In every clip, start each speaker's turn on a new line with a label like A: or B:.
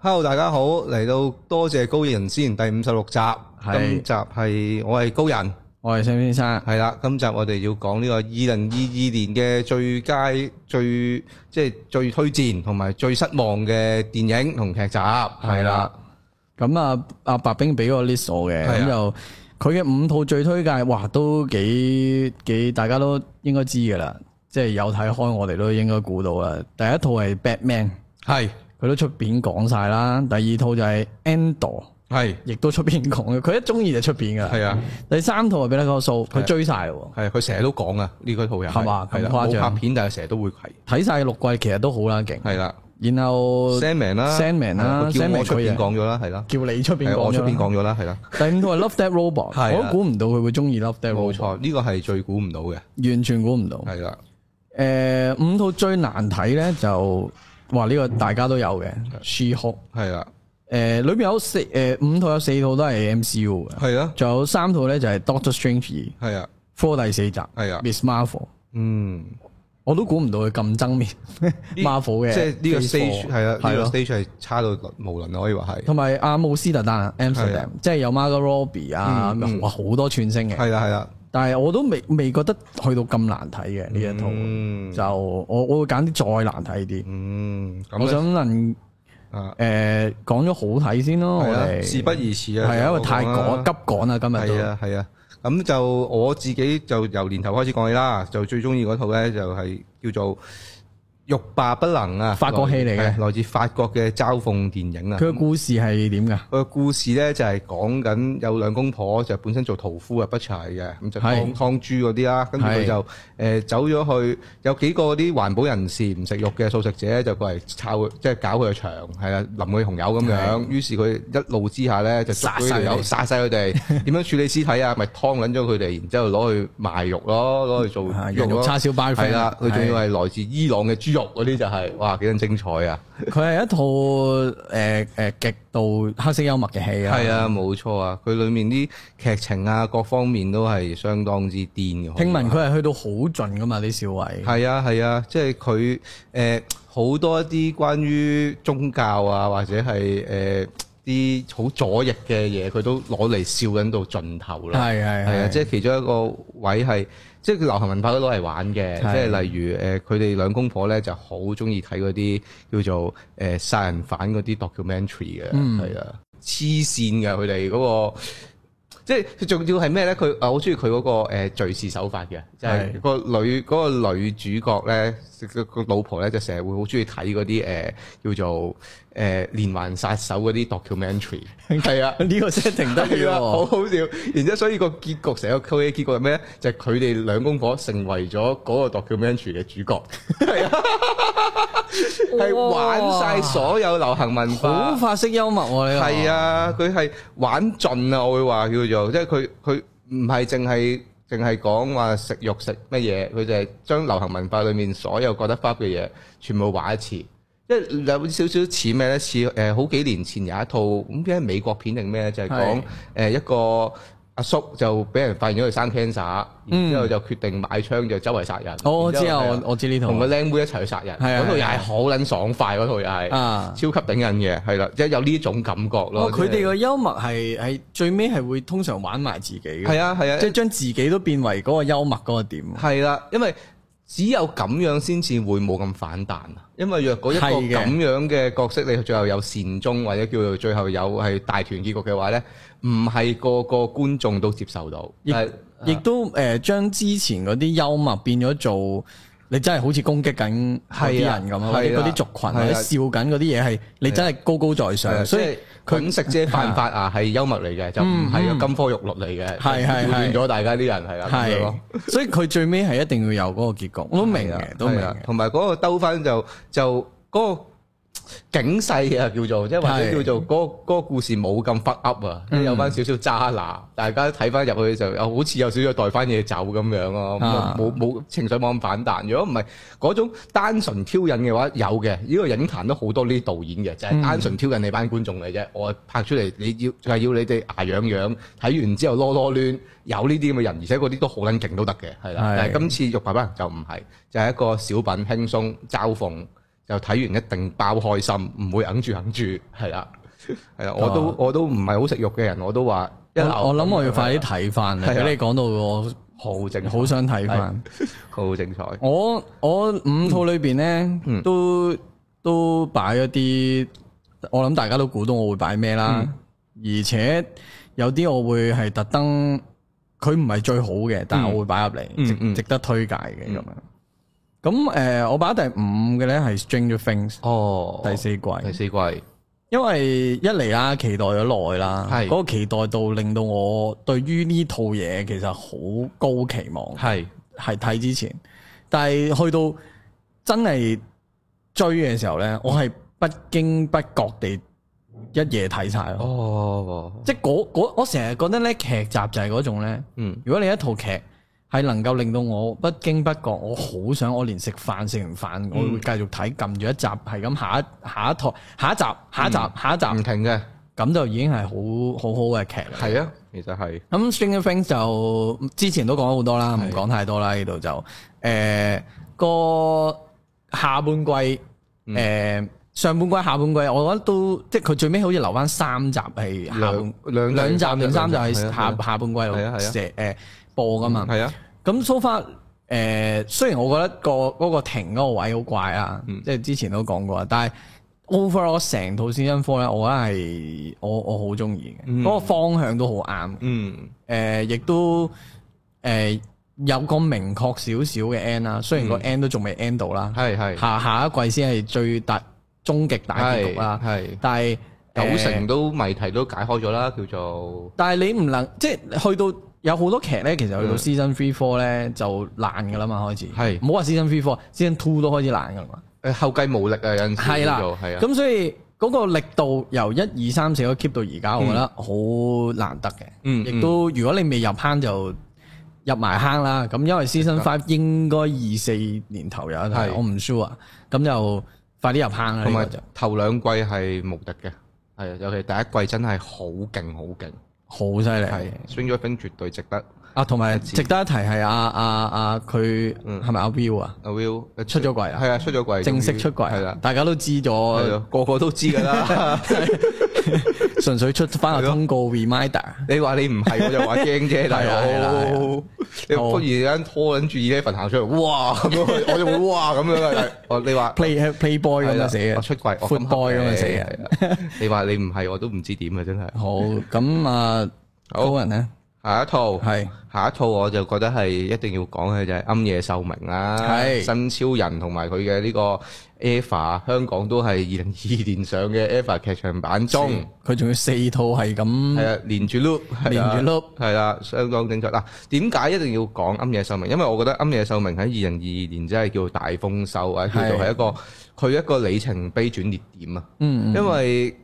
A: Hello，大家好，嚟到多謝高人之前第五十六集，今集係我係高人，
B: 我係張先生，
A: 係啦，今集我哋要講呢個二零二二年嘅最佳、最即係最推薦同埋最失望嘅電影同劇集，係啦，
B: 咁啊阿白冰俾個 list 我嘅，
A: 係啊
B: 咁就佢嘅五套最推介，哇都幾幾大家都應該知噶啦，即係有睇開我哋都應該估到啦。第一套係 Batman，
A: 係
B: 佢都出片講晒啦。第二套就係 Endor，
A: 係
B: 亦都出片講嘅，佢一中意就出片噶啦。
A: 係啊，
B: 第三套係俾得個數，佢追晒喎。
A: 係佢成日都講啊，呢個套又
B: 係嘛
A: 係啦
B: 咁誇
A: 冇
B: 張
A: 拍片但係成日都會睇，
B: 睇晒六季其實都好啦勁，
A: 係啦
B: 然後
A: ，Sandman 啦
B: 哦 Sandman 啦
A: 係佢叫
B: Sandman
A: 我出
B: 佢
A: 片
B: 又
A: 講咗啦，係啦，
B: 叫你出片
A: 係我
B: 講
A: 出
B: 咗
A: 片
B: 啦。
A: 講咗啦，係啦，
B: 第五套係 Love That
A: 係啊
B: Robot，我都估唔到佢會中意 Love That
A: 冇
B: Robot。
A: 錯，呢個係最估唔到嘅，
B: 完全估唔到。
A: 係啦，
B: 誒、五套最難睇咧就，哇呢、個大家都有嘅。She Hulk
A: 係啦，
B: 誒裏邊有四誒、五套有四套都係 MCU 嘅，
A: 係啦，
B: 仲有三套咧就係 Doctor Strange
A: 係啊，
B: 科第四集
A: 係啊。
B: Miss Marvel，
A: 嗯，
B: 我都估唔到佢咁憎面 Marvel 嘅
A: 即係呢個
B: Phase Four
A: stage 係啦，呢
B: 係
A: 個
B: 咯。
A: stage 係差到無倫，可以話係。
B: 同埋阿姆斯特丹啊 Amsterdam，即係有 Margot Robbie 啊，
A: 啊嗯嗯
B: 哇好多串星嘅，
A: 係啦係啦，
B: 但係我都未未覺得去到咁難睇嘅呢一套，
A: 嗯
B: 就我我會揀啲再難睇啲，
A: 嗯，咁
B: 我
A: 咧
B: 想能
A: 啊，
B: 誒講咗好睇先咯，我
A: 係
B: 哋
A: 啊，事不宜遲啊，
B: 係啊因為
A: 就
B: 太
A: 講啦
B: 趕急趕啦，今日
A: 係
B: 都
A: 啊係啊，咁就我自己就由年頭開始講起啦，就最中意嗰套咧就係叫做《欲罷不能》啊，
B: 法國戲嚟嘅
A: 係來自法國嘅嘲諷電影啊。
B: 佢嘅故事係啊點㗎？
A: 個故事咧就係講緊有兩公婆就本身做屠夫啊不柴嘅，咁就劏
B: 係
A: 劏豬嗰啲啦，跟住佢
B: 係
A: 就誒、呃走咗去，有幾個啲環保人士唔食肉嘅素食者就過嚟抄佢，即係搞佢個場，係啊淋佢紅油咁樣，於是佢一怒之下咧就捉
B: 殺
A: 佢條
B: 晒
A: 友
B: 佢哋
A: 殺晒佢哋， 點樣處理屍體啊？咪劏撚咗佢哋，然之後攞去賣肉咯，攞去做
B: 啊
A: 肉
B: 人肉
A: 咯。
B: 叉燒包
A: 係啦，佢仲要
B: 係
A: 係來自伊朗嘅豬肉嗰啲就係、哇幾咁精彩啊！
B: 佢係一套誒誒極度黑色幽默嘅戲啊！
A: 係，啊，冇錯啊，佢裡面啲劇情啊，各方面都係相當之癲嘅。
B: 聽聞佢係去到好盡㗎嘛啲笑位，
A: 係啊係啊，即係佢誒好多一啲關於宗教啊，或者係誒啲好左翼嘅嘢，佢都攞嚟笑緊到盡頭啦。
B: 係係
A: 係啊，
B: 係，
A: 即係其中一個位係，即係佢流行文化都攞嚟玩嘅，即
B: 係
A: 係例如誒，佢哋兩公婆咧就好中意睇嗰啲叫做誒殺人犯嗰啲 documentary 嘅，
B: 嗯
A: 係啊，黐線嘅佢哋嗰個。即係佢仲要係咩咧？佢啊，我好中意佢嗰個誒敘事手法嘅，就係、
B: 係
A: 個女嗰、個女主角咧，個個老婆咧就成日會好中意睇嗰啲誒叫做誒、呃、連環殺手嗰啲 documentary，係啊。
B: 呢個 setting 得意
A: 係啦，啊好
B: 喎，
A: 好笑。然之後，所以個結局成個 Q A 結局係咩咧？就係佢哋兩公婆成為咗嗰個 documentary 嘅主角，係玩晒所有流行文
B: 好
A: 化。
B: 法式幽默喎呢個，
A: 係
B: 啊，
A: 啊，佢係玩盡啊！我會話叫做，即係佢佢唔係淨係淨係講話食肉食乜嘢，佢就係將流行文化裡面所有覺得 f 嘅嘢，全部玩一次。即係有少少似咩咧？似誒、呃好幾年前有一套咁嘅美國片定咩咧？就係講
B: 係
A: 誒一個阿叔就俾人發現咗佢生 cancer，然之後就決定買槍就周圍殺人。
B: 我嗯我知
A: 然
B: 啊，
A: 後係
B: 我我知呢套
A: 同個靚妹一齊去殺人，
B: 係啊
A: 嗰套又
B: 係啊
A: 係好撚爽快，嗰套又係。
B: 啊。
A: 超級頂癮嘅，係啦，即係有呢種感覺
B: 哦，
A: 咯。
B: 佢哋
A: 嘅
B: 個幽默係係最尾係會通常玩埋自己嘅，
A: 係啊係啊，
B: 即係將自己都變為嗰個幽默嗰個點。
A: 係啦，因為只有咁樣先至會冇咁反彈啊。因為若果一個
B: 係嘅
A: 咁樣嘅角色，你最後有善終或者叫做最後有係大團結局嘅話咧，唔係個個觀眾都接受到。
B: 亦
A: 係
B: 亦都誒將之前嗰啲幽默變咗做，你真係好似攻擊緊嗰啲人咁
A: 係啊
B: 啊，或者
A: 係啊
B: 嗰啲族群
A: 係啊
B: 或者笑緊嗰啲嘢係你真係高高在
A: 係啊
B: 上，所以
A: 即係揾食遮犯法啊，係幽默嚟嘅，就唔係個金科玉律嚟嘅，
B: 係係
A: 擾
B: 係
A: 亂咗大家啲人係啦，咁樣
B: 係
A: 咯。，
B: 所以佢最尾係一定要有嗰個結局，我都明
A: 係啊
B: 嘅，都明
A: 係啊
B: 嘅。
A: 同埋嗰個兜翻就就嗰個警世啊，叫做即係或者
B: 係嗯
A: 叫做嗰嗰個故事冇咁 fuck up 啊，即係有翻少少渣拿，大家睇翻入去就有好似有少少袋翻嘢走咁樣咯，
B: 啊
A: 冇冇情緒冇咁反彈。如果唔係嗰種單純挑釁嘅話，有嘅呢個影壇都好多呢啲導演嘅，
B: 嗯
A: 就係單純挑釁你班觀眾嚟啫。我拍出嚟你要就係要你哋牙癢癢，睇完之後囉囉攣，有呢啲咁嘅人，而且嗰啲都好撚勁都得嘅，係啦。
B: 係
A: 但係今次《肉爸爸》就唔係，就係、一個小品輕鬆嘲諷，就睇完一定爆開心，唔會揞住揞住，係啦，係啦，我都
B: 啊
A: 我都唔係好食肉嘅人，我都話一
B: 我
A: 流
B: 我諗我要快啲睇翻，
A: 係啊
B: 俾你講到我
A: 好正，
B: 好想睇翻。
A: 好精彩，
B: 我我五套裏边咧、
A: 嗯
B: 都都擺一啲，我諗大家都估到我會擺咩啦。
A: 嗯
B: 而且有啲我會係特登，佢唔係最好嘅，但係我會擺入嚟，
A: 嗯
B: 值
A: 嗯
B: 值得推介嘅咁
A: 嗯
B: 樣。咁诶、呃我擺第五嘅咧係《Stranger Things
A: 哦》，
B: 第四季，
A: 第四季，
B: 因為一嚟啦，期待咗耐啦，
A: 係
B: 嗰個期待度令到我對於呢套嘢其實好高期望。
A: 係
B: 係睇之前，但係去到真係追嘅時候咧，我係不經不覺地一夜睇晒咯。
A: 哦，
B: 即係嗰嗰我成日覺得咧劇集就係嗰種咧，
A: 嗯
B: 如果你一套劇係能夠令到我不經不覺，我好想我連食飯食完飯，
A: 嗯
B: 我會繼續睇，撳住一集係咁下一下一套下一集下一集下一集，
A: 唔
B: 咁、
A: 停嘅，
B: 就已經係好好好嘅劇啦。
A: 係啊，其實係，
B: 咁《Stranger Things》就之前都講咗好多啦，唔
A: 係
B: 講太多啦。呢度就誒、呃、個下半季誒、
A: 嗯
B: 呃上半季、下半季，我覺得都即係佢最尾好似留翻三集係下半
A: 兩
B: 兩
A: 兩
B: 集
A: 集
B: 定三集係
A: 係啊
B: 下
A: 係啊
B: 下半季度
A: 係啊係啊
B: 射誒播噶嘛。
A: 係啊，
B: 咁 so far 誒，雖然我覺得個嗰個停嗰個位好怪啊，
A: 嗯
B: 即係之前都講過，啊但係 overall 成套 season four 咧，我覺得係我我好中意嘅，
A: 嗯
B: 嗰個方向都好啱嘅。
A: 嗯
B: 誒、呃亦都誒、呃有個明確少少嘅 end 啦。雖
A: 嗯
B: 然個 end 都仲未 end 到啦，
A: 係係
B: 下下一季先係最大終極大結局啦。
A: 係。係
B: 但係
A: 九
B: 誒
A: 成都謎題都解開咗啦，叫做
B: 但係你唔能即係去到有好多劇咧，其實去到
A: 嗯
B: season three four 咧就爛噶啦嘛，開始
A: 係
B: 唔好話 season three four，season two 都開始爛噶啦嘛。
A: 誒後繼無力啊，有陣時
B: 係啦
A: 叫做係啊，
B: 咁所以嗰個力度由一二三四個 keep 到而家，我覺得好難得嘅。
A: 嗯
B: 亦都如果你未入坑就入埋坑啦。咁因為 season five 應該二四年頭有得睇，
A: 係
B: 我唔 sure 啊。咁就快啲入坑
A: 同
B: 啦。呢個
A: 埋
B: 就
A: 頭兩季係無敵嘅，係啊，尤其第一季真係好勁好勁，
B: 好犀利
A: 係。Stranger Things 絕對值得。
B: 啊，同埋
A: 一致
B: 值得一提係阿阿阿佢
A: 嗯
B: 係咪阿 Will 啊？
A: 阿 Will
B: 出咗櫃啊
A: 係啊，出咗櫃，
B: 正式出櫃啊
A: 係啦，
B: 大家都知
A: 係
B: 咗
A: 咯，，個個都知㗎啦。
B: 純粹出翻
A: 係
B: 個
A: 咯
B: 通告 reminder。
A: 你話你唔係，我就話驚啫，大
B: 係啦係啦
A: 佬。你
B: 好
A: 忽然間拖緊住 Eleven 行出嚟，哇咁 樣，我就會哇咁樣啊。我你話
B: play playboy 咁
A: 係啦
B: 樣寫
A: 我
B: 嘅，
A: 出櫃，我
B: Foot boy 咁樣寫嘅。
A: 嘅。你話你唔係，我都唔知點啊，真係。
B: 好，咁啊，
A: 好
B: 高人咧
A: 下一套
B: 係
A: 下一套我就覺得係一定要講嘅就係暗夜秀明啦，
B: 係
A: 新超人同埋佢嘅呢個 Eva，香港都係二零二年上嘅 Eva 劇場版中，
B: 佢仲要四套
A: 係
B: 係咁
A: 啊連住 loop，係啊
B: 連住 loop
A: 係啦，相當精彩。嗱，點解一定要講暗夜秀明？因為我覺得暗夜秀明喺二零二二年真係叫大豐收啊，叫做
B: 係
A: 係一個佢一個里程碑轉捩點啊！
B: 嗯，嗯
A: 因為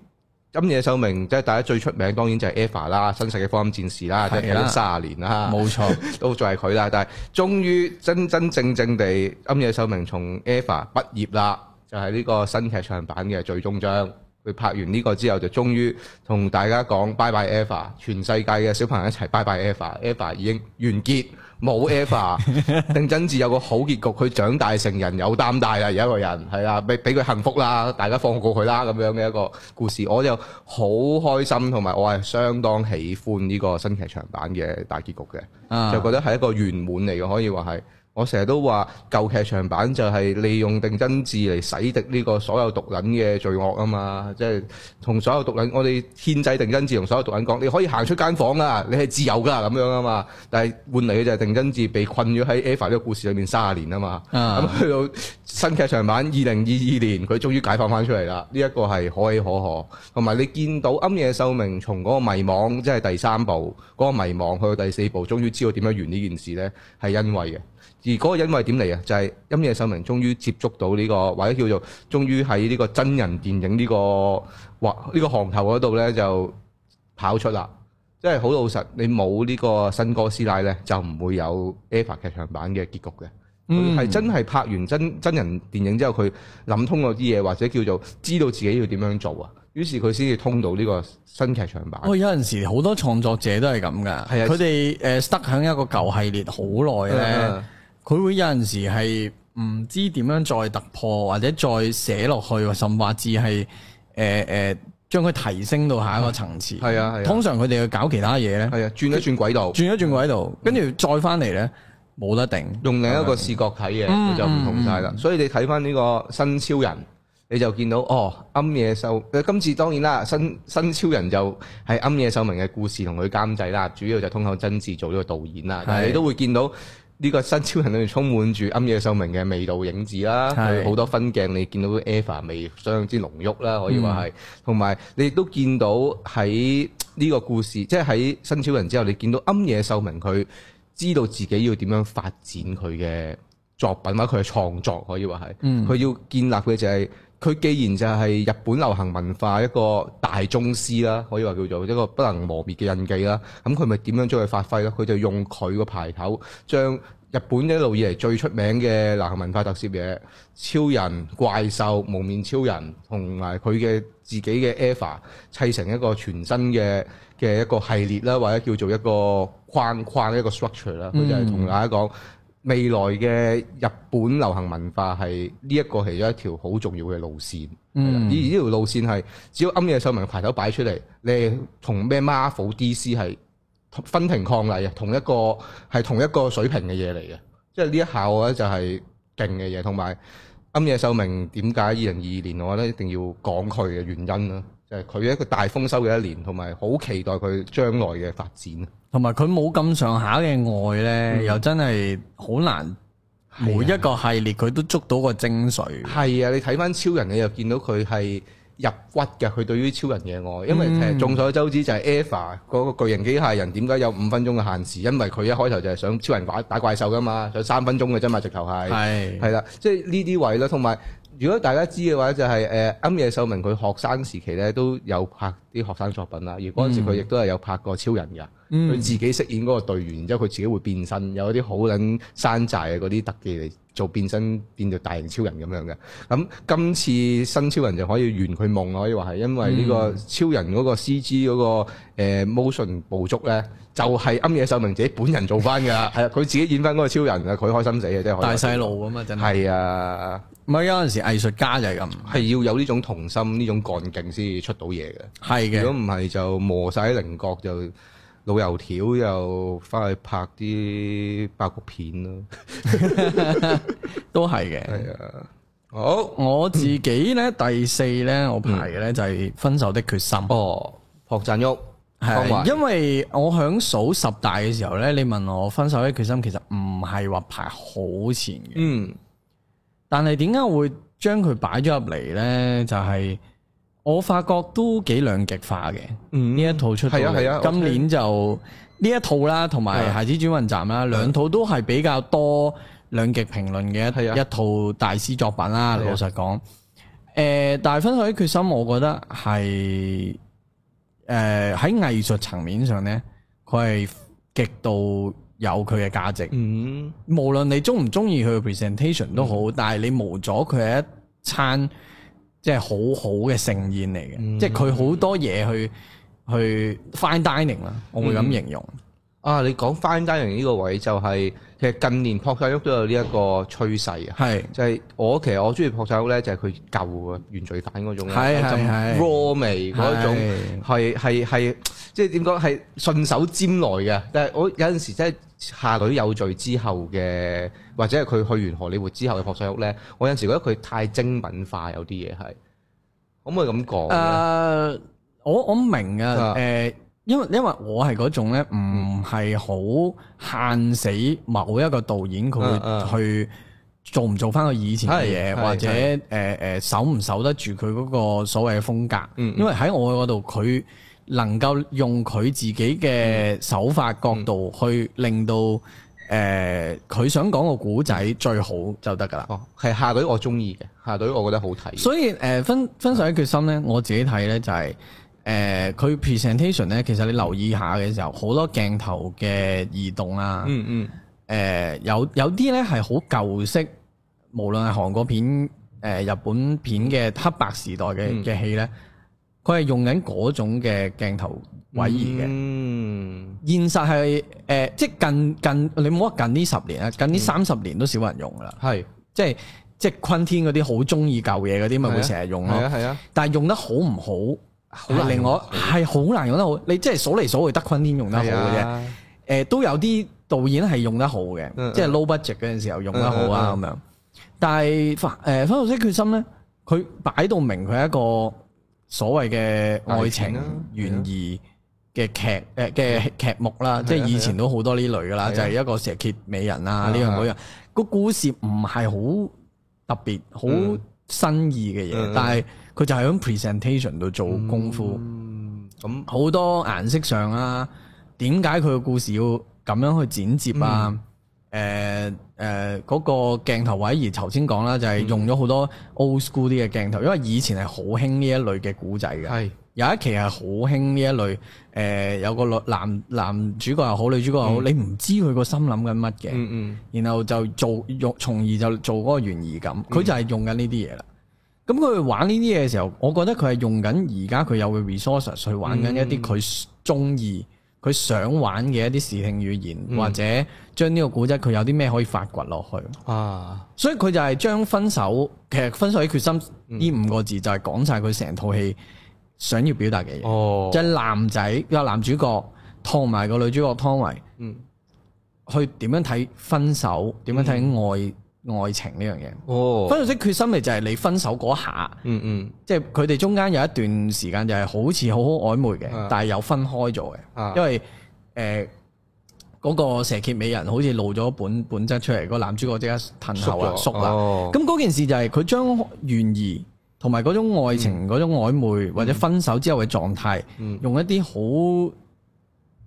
A: 暗夜秀明即係大家最出名，當然就係 Eva 啦，新世紀福音戰士啦，即係
B: 係
A: 睇
B: 啦
A: 咗卅年啦。
B: 啊冇錯，
A: 都仲係佢啦，但係終於真真正正地暗夜秀明從 Eva 畢業啦，就係、呢個新劇場版嘅最終章。佢拍完呢個之後，就終於同大家講拜拜 Eva，全世界嘅小朋友一齊拜拜 Eva，Eva 已經完結，冇 Eva，定真治有個好結局，佢長大成人有擔大啦，而家個人係啊，俾俾佢幸福啦，大家放過佢啦，咁樣嘅一個故事，我就好開心，同埋我係相當喜歡呢個新劇場版嘅大結局嘅。
B: 啊
A: 就覺得係一個圓滿嚟嘅，可以話係。我成日都話舊劇場版就係利用定真治嚟洗滌呢個所有毒撚嘅罪惡啊嘛，即係同所有毒撚，我哋牽制定真治同所有毒撚講，你可以行出間房啊，你係自由㗎咁樣啊嘛。但係換嚟嘅就係定真治被困咗喺 Eva 呢個故事裏面三十年啊嘛。
B: 啊
A: 咁去到新劇場版二零二二年，佢終於解放翻出嚟啦！呢、一個係可喜可賀，同埋你見到暗夜秀明從嗰個迷惘，即係第三部嗰、個迷惘去到第四部，終於知道點樣完呢件事呢，係因為嘅。而嗰個因為點嚟啊？就係、暗夜秀明終於接觸到呢、個，或者叫做終於喺呢個真人電影呢、個或呢、個行頭嗰度呢，就跑出啦。即係好老實，你冇呢個新哥師奶呢，就唔會有 Eva 劇場版嘅結局嘅。佢係真係拍完真真人電影之後，佢諗通嗰啲嘢，或者叫做知道自己要點樣做啊，於是佢先至通到呢個新劇場版。
B: 我有陣時好多創作者都係咁㗎，
A: 係啊啊
B: 佢哋誒 stuck 喺一個舊系列好耐咧，佢會有陣時係唔知點樣再突破，或者再寫落去，甚或至係诶诶，将、佢提升到下一個層次。
A: 係啊係啊
B: 通常佢哋要搞其他嘢咧，
A: 係啊，轉一轉軌道，
B: 轉一轉軌道，跟住再翻嚟咧，冇得頂。
A: 用另一個視角睇嘢，
B: 嗯
A: 佢就唔同晒啦。所以你睇翻呢個新超人，你就見到哦，暗夜秀。今次當然啦，新新超人就係暗夜秀明嘅故事同佢監製啦，主要就通口真治做呢個導演啦。但係你都會見到。呢個新超人裏面充滿住暗夜秀明嘅味道影子啦，
B: 係
A: 佢好多分鏡你見到 Eva 味相當之濃郁啦，可以話係，同埋、你亦都見到喺呢個故事，即係喺新超人之後，你見到暗夜秀明佢知道自己要點樣發展佢嘅作品或者佢嘅創作，可以話係，佢、要建立嘅就係、佢既然就係日本流行文化一個大宗師啦，可以話叫做一個不能磨滅嘅印記啦。咁佢咪點樣將佢發揮咧？佢就用佢個牌頭，將日本一路以嚟最出名嘅流行文化特攝嘢，超人、怪獸、蒙面超人同埋佢嘅自己嘅 EVA 砌成一個全新嘅嘅一個系列啦，或者叫做一個框框一個 structure 啦。佢就係同大家講。未來嘅日本流行文化係呢一個其中一條好重要嘅路線，係啦而呢條路線係只要暗夜秀明排頭擺出嚟，你係同咩 Marvel、DC 係分庭抗禮啊，同一個係同一個水平嘅嘢嚟嘅，即係呢一下我覺得就係勁嘅嘢，同埋暗夜秀明點解二零二二年我覺得一定要講佢嘅原因啦，就係佢一個大豐收嘅一年，同埋好期待佢將來嘅發展。
B: 同埋佢冇咁上下嘅愛咧，
A: 嗯
B: 又真係好難。每一個系列佢都捉到個精髓，
A: 係啊，你睇翻超人，你又見到佢係入骨嘅，佢對於超人嘅愛，因為其實眾所周知就係 Eva 嗰個巨型機械人點解有五分鐘嘅限時，因為佢一開頭就係想超人打打怪獸噶嘛，想三分鐘嘅啫嘛，直頭係
B: 係
A: 係啦，即係呢啲位啦，同埋。如果大家知嘅話，就係誒庵野秀明佢學生時期咧都有拍啲學生作品啦，而嗰
B: 嗯
A: 陣時佢亦都係有拍過超人㗎，佢、自己飾演嗰個隊員，然之後佢自己會變身，有一啲好撚山寨嘅嗰啲特技嚟做變身，變做大型超人咁樣嘅。咁今次新超人就可以圓佢夢，可以話係因為呢
B: 嗯
A: 個超人嗰個 CG 嗰、個、呃 motion 捕捉咧，就係庵野秀明自己本人做翻㗎，係啊，佢自己演翻嗰個超人啊，佢開心死嘅真係可以話。
B: 大細路咁嘛，真係。
A: 係啊。
B: 唔係有陣時藝術家就係咁，
A: 係要有呢種童心、呢種幹勁先出到嘢嘅。
B: 係
A: 如果唔
B: 嘅，
A: 係就磨晒啲棱角，就老油條，又翻去拍啲爆谷片咯。
B: 都係嘅。
A: 係嗯啊，好
B: 我自己咧第四咧，我排嘅咧就係分手的決心。
A: 嗯哦，朴贊旭，江
B: 係
A: 華
B: 因為我響數十大嘅時候咧，你問我分手的決心，其實唔係話排好前嘅，
A: 嗯
B: 但係點解我會將佢擺咗入嚟咧？就係、我發覺都幾兩極化嘅。
A: 嗯
B: 呢一套出到
A: 係啊係啊
B: 嚟，
A: 我
B: 今年就呢一套啦，同埋
A: 係
B: 《
A: 啊
B: 孩子轉運站》啦，兩套都係比較多兩極評論嘅
A: 係啊
B: 一一套大師作品啦。
A: 係啊
B: 老實講，誒，但係《分手的決心》，我覺得係誒喺藝術層面上呢，佢係極度有佢嘅價值。
A: 嗯，
B: 無論你中唔中意佢嘅 presentation 都好，但係你無咗佢係一餐即係好好嘅盛宴嚟嘅，
A: 嗯
B: 即係佢好多嘢去去 fine dining 啦，我會
A: 嗯
B: 咁形容。
A: 啊，你講翻單人呢個位就係、其實近年朴贊旭都有呢一個趨勢啊。
B: 係
A: 就係我其實我中意朴贊旭咧，就係佢舊嘅原罪犯嗰種咧，
B: 係
A: 有陣
B: 係係
A: raw 味嗰種。
B: 係
A: 係係係，即係點講係順手拈來嘅。但係我有陣時真係下女有罪之後嘅，或者係佢去完荷里活之後嘅朴世屋咧，我有陣時覺得佢太精品化，有啲嘢係可唔可以咁講呢？
B: 誒，呃我我明啊，
A: 啊
B: 誒，因為因為我係嗰種咧，唔係好限死某一個導演
A: 嗯嗯
B: 佢去做唔做翻佢以前嘅
A: 係
B: 嘢，
A: 係
B: 或者誒誒守唔守得住佢嗰個所謂嘅風格。
A: 嗯嗯
B: 因為喺我嗰度，佢能夠用佢自己
A: 嗯
B: 嘅手法角度去令到誒佢想講個古仔最好就得㗎啦。
A: 哦，係下女我中意嘅，下女我覺得好睇。
B: 所以誒、呃分分手嘅決心咧，我自己睇咧就係、誒佢 presentation 咧，其實你留意下嘅時候，好多鏡頭嘅移動啊，誒、
A: 嗯嗯
B: 有有啲咧係好舊式，無論係韓國片、誒、日本片嘅黑白時代嘅
A: 嗯
B: 嘅戲咧，佢係用緊嗰種嘅鏡頭位移嘅。
A: 嗯
B: 現實
A: 嗯
B: 係誒、呃即係近近你唔好話近呢十年啊，近呢三十年都少人用噶啦。
A: 係
B: 即係即係昆天嗰啲好中意舊嘢嗰啲，咪會成日用
A: 係
B: 咯。
A: 啊係啊，
B: 但係用得好唔好，
A: 難用
B: 令我係好難用得好。你即係數嚟數去得昆天用得好
A: 係
B: 嘅啫。
A: 啊，
B: 誒都有啲導演係用得好嘅，
A: 嗯
B: 即係 low budget 嗰陣時候用得好啊
A: 嗯
B: 咁樣。但係反誒《分手式決心》咧，佢擺到明佢係一個所謂嘅愛情
A: 愛情啊
B: 懸疑嘅劇誒嘅劇目啦，即係以前都好多呢類
A: 係
B: 噶啦，
A: 啊
B: 就係一個蛇蝎美人啊呢
A: 嗯
B: 樣
A: 嗯
B: 嗰樣。個故事唔係好特別、好
A: 嗯
B: 新意嘅
A: 嗯嗯
B: 嘢，但係佢就係喺 presentation 度做功夫。
A: 嗯，咁
B: 好多顏色上啊，點解佢個故事要咁樣去剪接啊？誒誒嗰個鏡頭位，而頭先講啦，就係用咗好多 old school 啲嘅鏡頭，因為以前係好興呢一類嘅古仔嘅。
A: 係
B: 有一期係好興呢一類，誒、有個女男男主角又好，女主角又好，你唔知佢個心諗緊乜嘅，
A: 嗯嗯
B: 然後就做用，從而就做嗰個懸疑感。佢就係用緊呢啲嘢啦。咁佢玩呢啲嘢嘅時候，我覺得佢係用緊而家佢有嘅 resources 去玩緊一啲佢中意、佢想玩嘅一啲視聽語言，或者將呢個古仔佢有啲咩可以發掘落去。
A: 啊，
B: 所以佢就係將分手，其實分手嘅決心呢五個字就係講晒佢成套戲想要表達嘅嘢，
A: 哦
B: 即，係男仔有男主角同埋個女主角湯唯。
A: 嗯，
B: 去點樣睇分手，點樣睇愛、愛情呢樣嘢。
A: 嗯哦，
B: 分手式決心咪就係你分手嗰下，
A: 嗯嗯
B: 即係佢哋中間有一段時間就係好似好好曖昧
A: 啊
B: 嘅，但係又分開咗
A: 啊
B: 嘅，因為誒嗰個蛇蝎美人好似露咗本本質出嚟，個男主角即刻褪後啦，
A: 縮哦
B: 啊縮啦。
A: 啦
B: 咁嗰件事就係佢將懸疑同埋嗰種愛情、嗰種曖昧或者分手之後嘅狀態，
A: 嗯
B: 用一啲好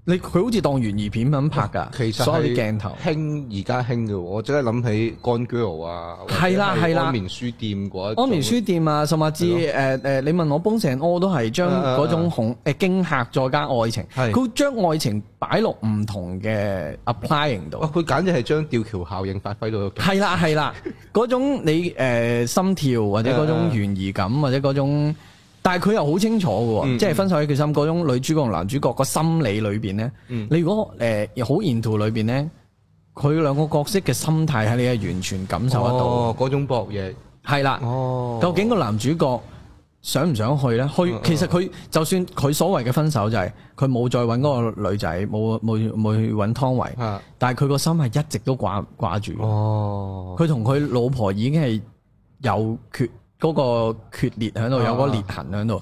B: 你佢好似當懸疑片咁拍㗎，
A: 哦其實
B: 所有
A: 係
B: 啲鏡頭。
A: 興而家興嘅喎，我即刻諗起 Gone Girl 啊，或者
B: 係啦係啦
A: 安眠書店嗰一種
B: 安眠書店啊，甚至
A: 係
B: 誒誒，你問我崩成柯都係將
A: 啊啊啊
B: 嗰種恐誒驚嚇再加愛情，
A: 係
B: 佢將愛情擺落唔同嘅 applying 度
A: 哇！。佢簡直係將吊橋效應發揮到極。
B: 係啦係啦，嗰種你誒心跳或者嗰
A: 啊
B: 種
A: 啊
B: 懸疑感或者嗰種，但係佢又好清楚嘅
A: 嗯
B: 喎，即係分手嘅決心嗰種女主角同男主角個心理裏邊咧，
A: 嗯
B: 你如果誒好 into 裏邊咧，佢兩個角色嘅心態喺你係完全感受得到，
A: 哦，嗰種博弈。
B: 係啦。
A: 哦，
B: 究竟個男主角想唔想去呢？去
A: 嗯
B: 其實佢就算佢所謂嘅分手就係佢冇再揾嗰個女仔，冇冇冇去揾湯唯，
A: 啊，
B: 但係佢個心係一直都掛掛住。
A: 哦，
B: 佢同佢老婆已經係有缺嗰、個決裂喺度，
A: 啊
B: 有嗰個裂痕喺度。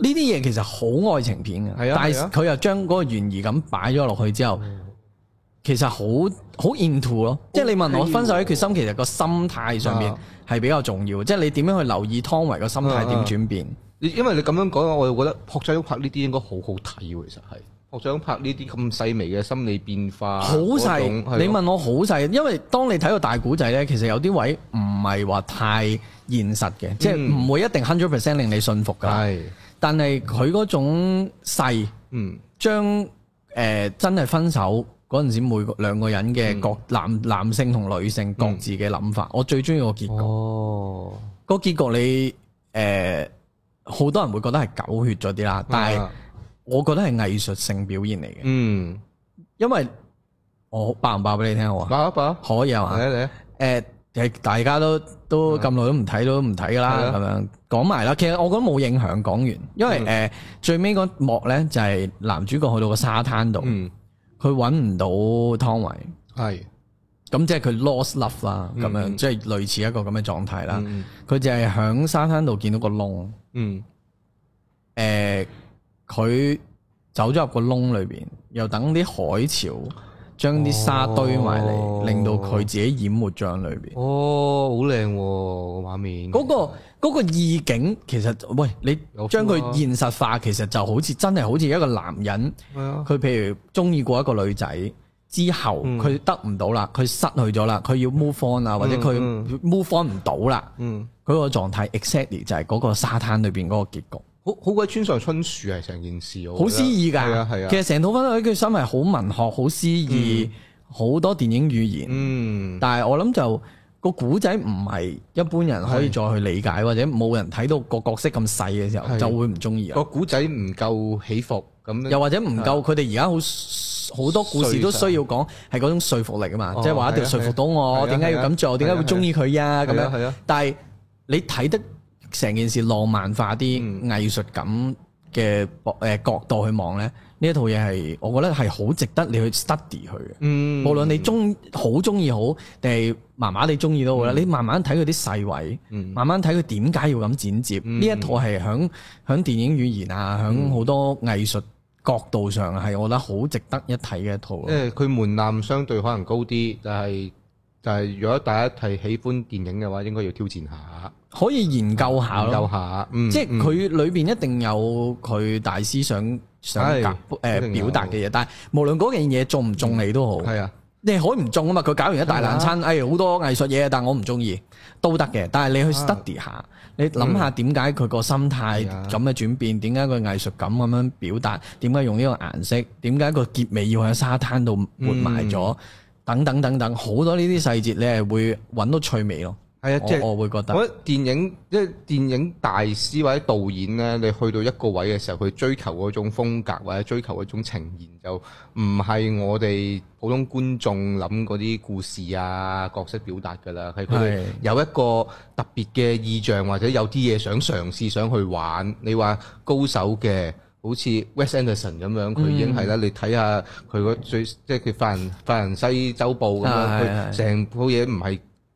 B: 呢啲嘢其實好愛情片嘅，
A: 係啊
B: 但
A: 係啊嗯
B: 係佢又將嗰個懸疑感擺咗落去之後，其實好好 into 咯。即係你問我
A: OK 喎
B: 分手嘅決心，其實個心態上面
A: 啊
B: 係比較重要。即係你點樣去留意湯唯個心態點轉變？
A: 你因為你咁樣講，我就覺得朴仔翁拍呢啲應該好好睇喎，其實係朴仔翁拍呢啲咁細微嘅心理變化，
B: 好細，
A: 嗰種
B: 你問我好細，因為當你睇到大古仔呢，其實有啲位唔係話太現實嘅，即係
A: 嗯
B: 唔會一定 hundred percent 令你信服㗎。
A: 係
B: 但係佢嗰種細，
A: 嗯
B: 將誒、呃真係分手嗰陣時，每個兩個人
A: 嗯
B: 嘅各、男男性同女性各自嘅諗法，我最中意個結局。
A: 哦，
B: 個結局你誒好、多人會覺得係狗血咗啲啦，但係
A: 啊
B: 我覺得係藝術性表現嚟嘅，
A: 嗯，
B: 因為我爆唔爆俾你聽好啊？
A: 爆一爆啊，
B: 可以啊
A: 嚟
B: 嘛？
A: 啊嚟啊，
B: 誒係大家都都咁耐都唔睇都唔睇噶
A: 嗯係
B: 啦，
A: 啊
B: 咁樣講埋啦。其實我覺得冇影響講完，因為誒、
A: 嗯
B: 呃最尾嗰幕咧就係、男主角去到個沙灘度，
A: 嗯
B: 佢揾唔到湯唯，
A: 係，
B: 咁即係佢 lost love 啦，咁樣、
A: 嗯
B: 即係類似一個咁嘅狀態啦。
A: 嗯
B: 佢、就係響沙灘度見到個窿，誒、
A: 嗯
B: 佢走咗入個窿裏邊，又等啲海潮將啲沙堆埋嚟，
A: 哦
B: 令到佢自己淹沒咗喺裏邊。
A: 哦，好靚喎個畫面，
B: 嗰、個嗰個意境其實，喂，
A: 嗯有 feel 啊
B: 你將佢現實化，其實就好似真係好似一個男人，
A: 係啊，
B: 佢譬如中意過一個女仔之後，
A: 嗯
B: 佢得唔到啦，佢失去咗啦，佢要 move on 啊，或者佢
A: 嗯
B: move on 唔到啦，
A: 嗯，
B: 佢個狀態 exactly 就係嗰個沙灘裏邊嗰個結局，
A: 好好鬼村上春樹係成件事，我
B: 好
A: 覺得
B: 詩意㗎。
A: 係啊係啊
B: 其，實成套分手佢心係好文學、好詩意，好、多電影語言。
A: 嗯，
B: 但係我諗就個古仔唔係一般人可以再去理解，或者冇人睇到個角色咁細嘅時候，
A: 係
B: 就會唔中意啊
A: 個。古仔唔夠起伏咁，
B: 又或者唔夠佢哋而家好好多故事都需要講係嗰種說服力啊嘛，
A: 哦
B: 即係話一定要說服到
A: 係啊
B: 我
A: 係啊
B: 點解要咁做，
A: 係啊
B: 點解會中意佢啊咁
A: 係啊
B: 樣。
A: 係啊，
B: 但係你睇得成件事浪漫化啲、
A: 嗯
B: 藝術感嘅誒角度去望咧，呢一套嘢係我覺得係好值得你去 study 佢嘅。
A: 嗯，
B: 無論你中好中意好定係麻麻地中意都好啦，你慢慢睇佢啲細位，
A: 嗯
B: 慢慢睇佢點解要咁剪接。
A: 嗯
B: 呢一套係響響電影語言啊，響好多藝術角度上係我覺得好值得一睇嘅一套咯。
A: 因為佢門檻相對可能高啲，但係但係如果大家係喜歡電影嘅話，應該要挑戰下，
B: 可以研究下
A: 研究
B: 咯，
A: 下，嗯，
B: 即係
A: 嗯
B: 佢裏邊一定有佢大師想想
A: 係
B: 夾
A: 一定
B: 誒
A: 有
B: 表達嘅嘢，但係無論嗰樣嘢中唔中你都好。
A: 係啊，
B: 你係可以唔中啊嘛？佢搞完一大爛餐，哎好多藝術嘢，但我唔中意都得嘅。但係你去
A: 啊
B: study 下，你諗下點解佢個心態
A: 係啊
B: 咁嘅轉變，點解佢藝術感咁樣表達，點解用呢個顏色，點解個結尾要喺沙灘度活埋咗，等等等等，好多呢啲細節你係會揾到趣味咯。
A: 係啊，即係
B: 我我會覺得
A: 我覺得電影即係電影大師或者導演咧，你去到一個位嘅時候，佢追求嗰種風格或者追求嗰種呈現，就唔係我哋普通觀眾諗嗰啲故事啊角色表達㗎啦，係佢哋
B: 係
A: 有一個特別嘅意象或者有啲嘢想嘗試想去玩。你話高手嘅。好似 Wes Anderson 咁樣，佢已經係啦。
B: 嗯
A: 你睇下佢個最即係佢法人法蘭西周報咁樣，
B: 啊係係
A: 佢成套嘢唔係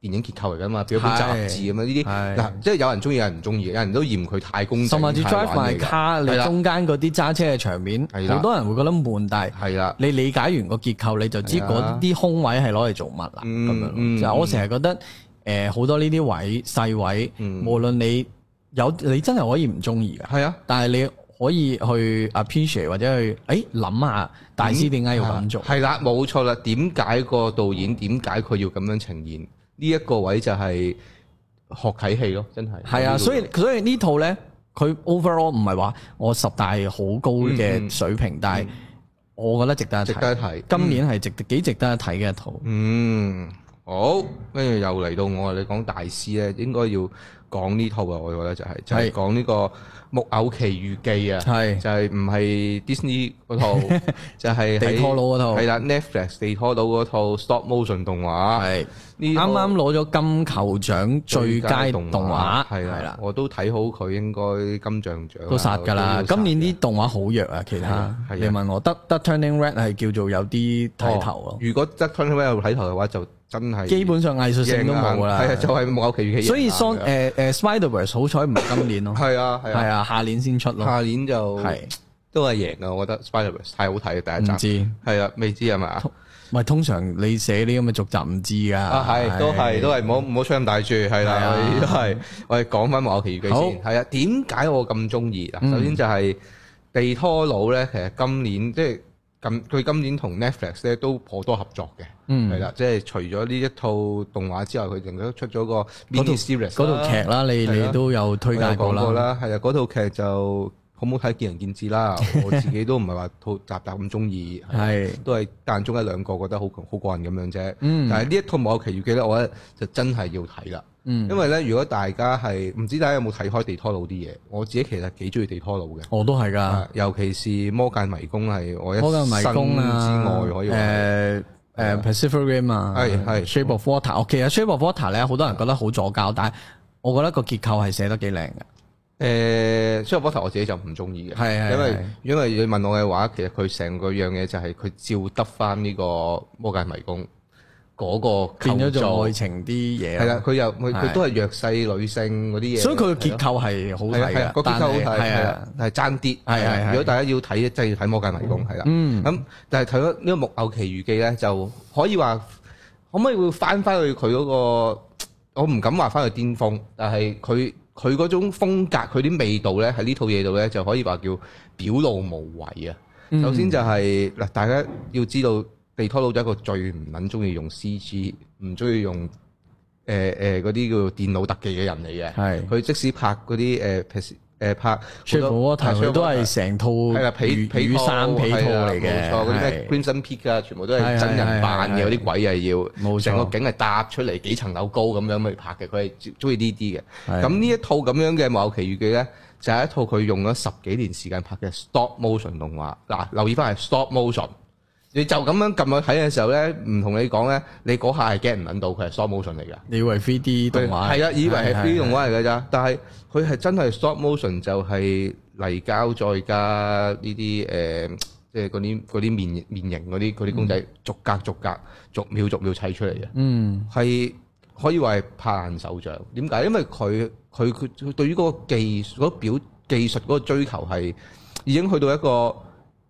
A: 電影結構嚟㗎嘛，變咗本雜誌咁樣呢啲
B: 係
A: 嗱，即係有人中意，有人唔中意，有人都嫌佢太公正，
B: 甚至
A: 太玩
B: drive my
A: 嘢㗎
B: car，
A: 係
B: 你
A: 啦
B: 中間嗰啲揸車嘅場面，
A: 係啦
B: 好多人會覺得悶，但係
A: 係啦，
B: 你理解完個結構，你就知
A: 係啊
B: 嗰啲空位係攞嚟做乜啦。
A: 嗯
B: 咁樣咯，
A: 嗯
B: 就係我成日覺得誒好多呢啲位細位，
A: 嗯
B: 無論你有你真係可以唔中意嘅，
A: 係啊，
B: 但係你可以去啊 appreciate 或者去誒諗下大師點解要咁做。
A: 係啦，冇錯啦。點解個導演點解佢要咁樣呈現？呢一個位就係學睇戲咯，真嗯係
B: 係啊，所以所以呢套呢，佢 overall 唔係話我十大好高
A: 嗯嗯
B: 嘅水平，但係我覺得值得一
A: 值
B: 睇。
A: 得一睇。
B: 今年係值得幾值得一睇嘅一套。
A: 嗯，好，跟住又嚟到我，你講大師咧，應該要講呢套啊，我覺得就係、就係、
B: 係
A: 講呢個《木偶奇遇記》啊，
B: 係
A: 就係唔係 Disney 嗰 套，就係喺
B: 地拖佬嗰套
A: 係啦，Netflix 地拖佬嗰套 stop motion 動畫，
B: 係
A: 呢
B: 啱
A: 套
B: 啱攞咗金球獎最佳動畫，
A: 係
B: 係
A: 啦
B: 啦，，
A: 我都睇好佢應該金像獎啊
B: 都殺㗎啦。今年啲動畫好弱啊，其
A: 係
B: 他
A: 啊係啊
B: 你問我得得 Turning Red 係叫做有啲睇頭
A: 哦
B: 咯，
A: 如果得 t u r n i 有睇頭嘅話，就真係
B: 基本上藝術性都
A: 贏
B: 冇㗎
A: 硬哦係啊，就
B: 啦。
A: 係木偶奇遇記贏硬嘅。
B: 所以 Son 誒誒 Spiderverse 好彩唔係今年咯，
A: 係啊係啊
B: 係。啊，下年先出咯，
A: 下年就
B: 係
A: 都係贏啊！我覺得 Spider-Verse 太好睇啦
B: 唔
A: 第一集，
B: 知。
A: 係啊，未知係咪啊？
B: 咪通常你寫呢咁嘅續集唔知㗎。
A: 啊係，都係都係，唔好唔好吹咁大住，係
B: 係
A: 啦
B: 啊，
A: 我哋都係我哋講翻《木偶奇遇記》
B: 好
A: 先，係啊，點解我咁中意嗱？
B: 嗯
A: 首先就係地拖佬咧，其實今年即係咁，佢今年同 Netflix 咧都頗多合作嘅。
B: 嗯
A: 係啦，即係除咗呢一套動畫之外，佢仲都出咗個
B: 嗰套
A: mini series
B: 嗰套劇啦，你
A: 係啊
B: 你都有推介過
A: 我有講過
B: 啦。
A: 啦，係啊，嗰套劇就好唔好睇見仁見智 啦。我自己都唔係話套集集咁中意，係啊
B: 係
A: 都係間中一兩個覺得好好過癮咁樣啫。
B: 嗯
A: 但係呢一套《木偶奇遇記》咧，我覺得就真係要睇啦。
B: 嗯
A: 因，為咧，如果大家係唔知大家有冇睇開地拖佬啲嘢，我自己其實幾中意地拖佬嘅。
B: 我都係㗎。
A: 啊尤其是《魔界迷宮》係我一
B: 嗰個迷
A: 生
B: 宮啊，
A: 之外可以話係
B: 誒誒 Pacific Rim 啊，
A: 係係
B: Shape of Water。我其實 Shape of Water 咧，好多人覺得好左膠，但係我覺得個結構係寫得幾靚嘅。
A: 誒，呃所以波頭我自己就唔中意嘅，
B: 係係
A: 因為
B: 係
A: 因為你問我嘅話，其實佢成個樣嘢就係佢照得翻呢個《魔界迷宮》嗰個構
B: 變咗做
A: 造
B: 愛，情啲嘢啊
A: 係啦，，佢又佢佢
B: 係
A: 都係弱勢女性嗰啲嘢，
B: 所以佢嘅
A: 係
B: 結
A: 咯
B: 構係好
A: 係啊
B: 睇
A: 係啊
B: 嘅，
A: 個結構好
B: 但
A: 睇，
B: 係
A: 係
B: 啊
A: 啊，，係爭啲，
B: 係
A: 啊
B: 係係
A: 如果大家要睇，真係要睇《魔界迷宮》係啦。
B: 嗯
A: 咁但係睇咗呢個《木偶奇遇記》咧，就可以話可唔可以會翻翻去佢嗰個？我唔敢話翻去巔峰，但係佢佢嗰種風格，佢啲味道咧喺呢套嘢度咧，就可以話叫表露無遺啊！
B: 嗯
A: 首先就係、嗱，大家要知道地拖佬就係一個最唔撚中意用 CG，唔中意用誒誒嗰啲叫做電腦特技嘅人嚟嘅。
B: 係
A: 佢即使拍嗰啲誒誒誒拍啊
B: Shape of Water 佢都係成套
A: 係啦，被
B: 雨
A: 被
B: 雨衫被套嚟
A: 啊冇
B: 嘅，
A: 錯，嗰啲咩
B: 係
A: Crimson Peak 啊，全部都
B: 係
A: 係
B: 係
A: 真人扮
B: 係
A: 嘅，
B: 係
A: 嗰啲鬼係要
B: 冇錯
A: 成個景係搭出嚟幾層樓高咁樣去拍嘅，佢係中意呢啲嘅。
B: 係
A: 咁呢一套咁樣嘅《木偶奇遇記》咧，就係一套佢用咗十幾年時間拍嘅 stop motion 動畫。嗱，留意翻係 stop motion。你就咁樣撳落去睇嘅時候咧，唔同你講咧，你嗰下係 get 唔撚到佢係 stop motion 嚟㗎。
B: 你以為 3D 動畫
A: 係啊，以為係 3D 動
B: 畫，
A: 畫嚟㗎咋，但係佢係真係 stop motion 就係泥膠再加呢啲誒，即係嗰啲嗰啲面面型嗰啲嗰啲公仔，逐格逐格逐秒逐秒砌出嚟嘅。
B: 嗯
A: 係可以話係拍爛手掌。點解？因為佢佢佢佢對於嗰個技術嗰個表技術嗰個追求係已經去到一個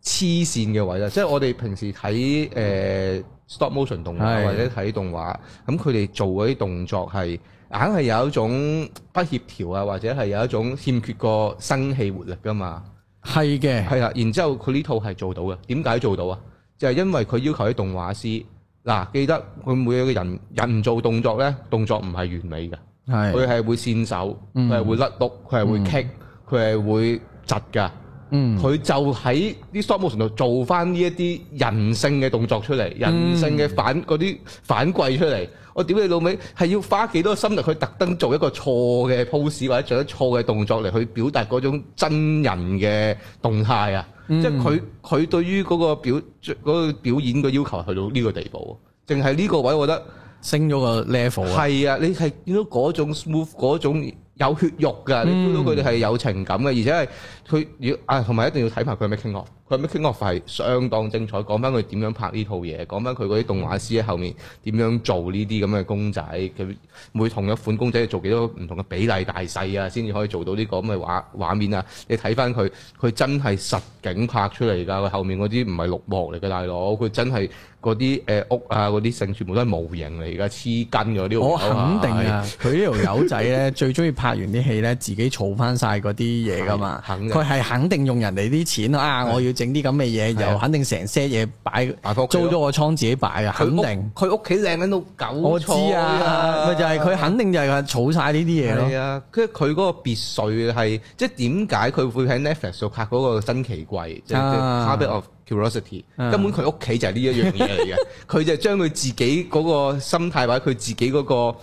A: 黐線嘅位啦。即係我哋平時睇誒、呃 stop motion 動畫
B: 係
A: 或者睇動畫，咁佢哋做嗰啲動作係硬係有一種不協調啊，或者係有一種欠缺個生氣活力噶嘛。
B: 係嘅，
A: 係啦，然之後佢呢套係做到嘅，點解做到啊？就係、因為佢要求啲動畫師嗱，記得佢每一個人人做動作咧，動作唔係完美嘅，
B: 係
A: 佢係會跣手，佢
B: 嗯
A: 係會甩碌，佢係會棘，佢係會窒㗎。
B: 嗯
A: 佢就喺啲 stop motion 度做翻呢一啲人性嘅動作出嚟，人性嘅反嗰啲反季出嚟。我屌你老味，係要花幾多心力去特登做一個錯嘅 pose 或者做一錯嘅動作嚟去表達嗰種真人嘅動態啊！即係佢佢對於嗰個表嗰、個表演嘅要求去到呢個地步，淨係呢個位，我覺得
B: 升咗個 level 啊，
A: 係啊！你係見到嗰種 smooth 嗰種有血肉㗎，
B: 嗯
A: 你 feel 到佢哋係有情感嘅，而且係佢要啊，同埋一定要睇埋佢 making of，佢 making of 係相當精彩，講翻佢點樣拍呢套嘢，講翻佢嗰啲動畫師喺後面點樣做呢啲咁嘅公仔，佢每同一款公仔做幾多唔同嘅比例大細啊，先至可以做到呢個咁嘅畫畫面啊！你睇翻佢，佢真係實景拍出嚟㗎，佢後面嗰啲唔係綠幕嚟嘅，大佬，佢真係嗰啲誒屋啊嗰啲成全部都係模型嚟㗎，黐筋㗎呢度。
B: 我哦肯定啊，佢呢 條友仔咧最中意拍完啲戲咧，自己儲翻晒嗰啲嘢噶嘛，
A: 係肯定
B: 佢係肯定用人哋啲錢啊，我要整啲咁嘅
A: 係啊
B: 嘢，又肯定成 set 嘢擺
A: 擺返屋企
B: 租
A: 咯
B: 咗個倉自己擺啊，
A: 佢
B: 肯
A: 屋
B: 定。
A: 佢屋企靚緊到狗
B: 我知啊，咪就係佢肯定就係話儲晒呢啲嘢
A: 係
B: 咯。
A: 啊，跟住佢嗰個別墅係即係點解佢會喺 Netflix 度拍嗰個新奇怪，即係
B: 啊
A: Habit of Curiosity，
B: 啊
A: 根本佢屋企就係呢一樣嘢 嚟嘅，佢就將佢自己嗰個心態或者佢自己嗰個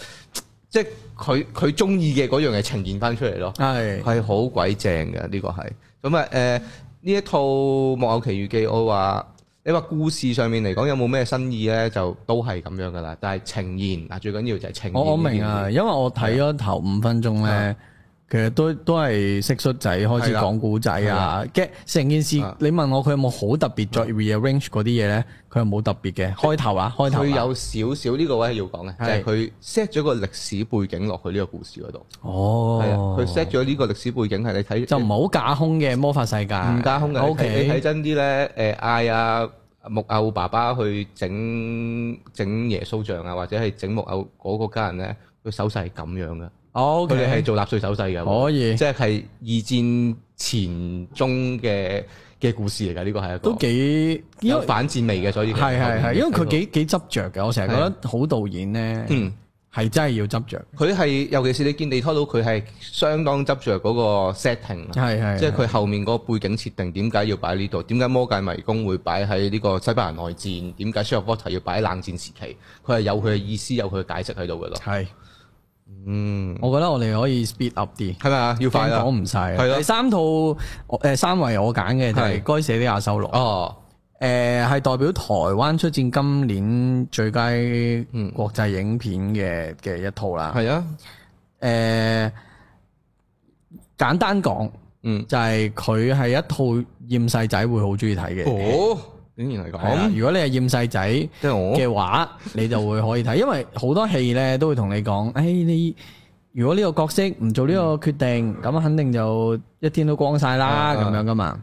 A: 即係佢佢中意嘅嗰樣嘢呈現翻出嚟咯。
B: 係
A: 係好鬼正嘅呢、個係。咁啊誒呢一套《木偶奇遇記》，我話你話故事上面嚟講有冇咩新意咧，就都係咁樣噶啦。但係呈現嗱最緊要就係呈現。
B: 我我明啊，，因為我睇咗頭五分鐘咧，其實都都係識率仔開始講古仔
A: 啊係
B: 啊。嘅成件事
A: 啊，
B: 你問我佢有冇好特別再 rearrange 嗰啲嘢咧？佢又冇特別嘅。開頭啊，開
A: 佢
B: 頭啊
A: 有少少呢個位係要講嘅，就係
B: 係
A: 佢 set 咗個歷史背景落去呢個故事嗰度。係啊，
B: 哦
A: 佢，set 咗呢個歷史背景係你睇
B: 就唔係好架空嘅魔法世界，
A: 唔加空嘅。
B: O
A: 啊你睇你睇
B: K，
A: 真啲咧，誒嗌啊木偶爸爸去整整耶穌像啊，或者係整木偶嗰個家人咧，佢手勢係咁樣嘅。
B: o
A: 佢哋係
B: K，
A: 做納粹手勢嘅，
B: 可以
A: 即係係二戰前中嘅嘅故事嚟㗎。呢個係一個
B: 都幾因
A: 有
B: 為
A: 反戰味嘅，所以其實
B: 係係係，因為佢幾幾執着嘅。我成日覺
A: 係啊
B: 得好導演咧，
A: 嗯，
B: 係真係要執着，
A: 佢係尤其是你見地拖佬，佢係相當執着嗰個 setting 啊。
B: 係係，
A: 即係佢後面嗰個背景設定點解要擺呢度？點解魔界迷宮會擺喺呢個西班牙內戰？點解 s h e r w a t e r 要擺喺冷戰時期？佢係有佢嘅意思，有佢嘅解釋喺度㗎咯。
B: 係。
A: 嗯，
B: 我覺得我哋可以 speed up 啲，
A: 係咪啊？要快啊！
B: 講唔晒
A: 係
B: 啊。
A: 咯
B: 第三套誒三位我揀嘅就係
A: 係
B: 《該死的亞修羅》，
A: 哦，
B: 誒係代表台灣出戰今年最佳國際影片嘅嘅一套啦。
A: 嗯係啊，
B: 誒簡單講
A: 嗯，
B: 就係佢係一套厭世仔會好中意睇嘅。
A: 哦，竟然係
B: 係啊啦
A: 咁，
B: 如果你係厭世仔。
A: 即係我
B: 嘅話，你就會可以睇，因為好多戲咧都會同你講，誒、哎你如果呢個角色唔做呢個決定，咁、肯定就一天都光晒啦，
A: 啊
B: 咁、樣噶嘛。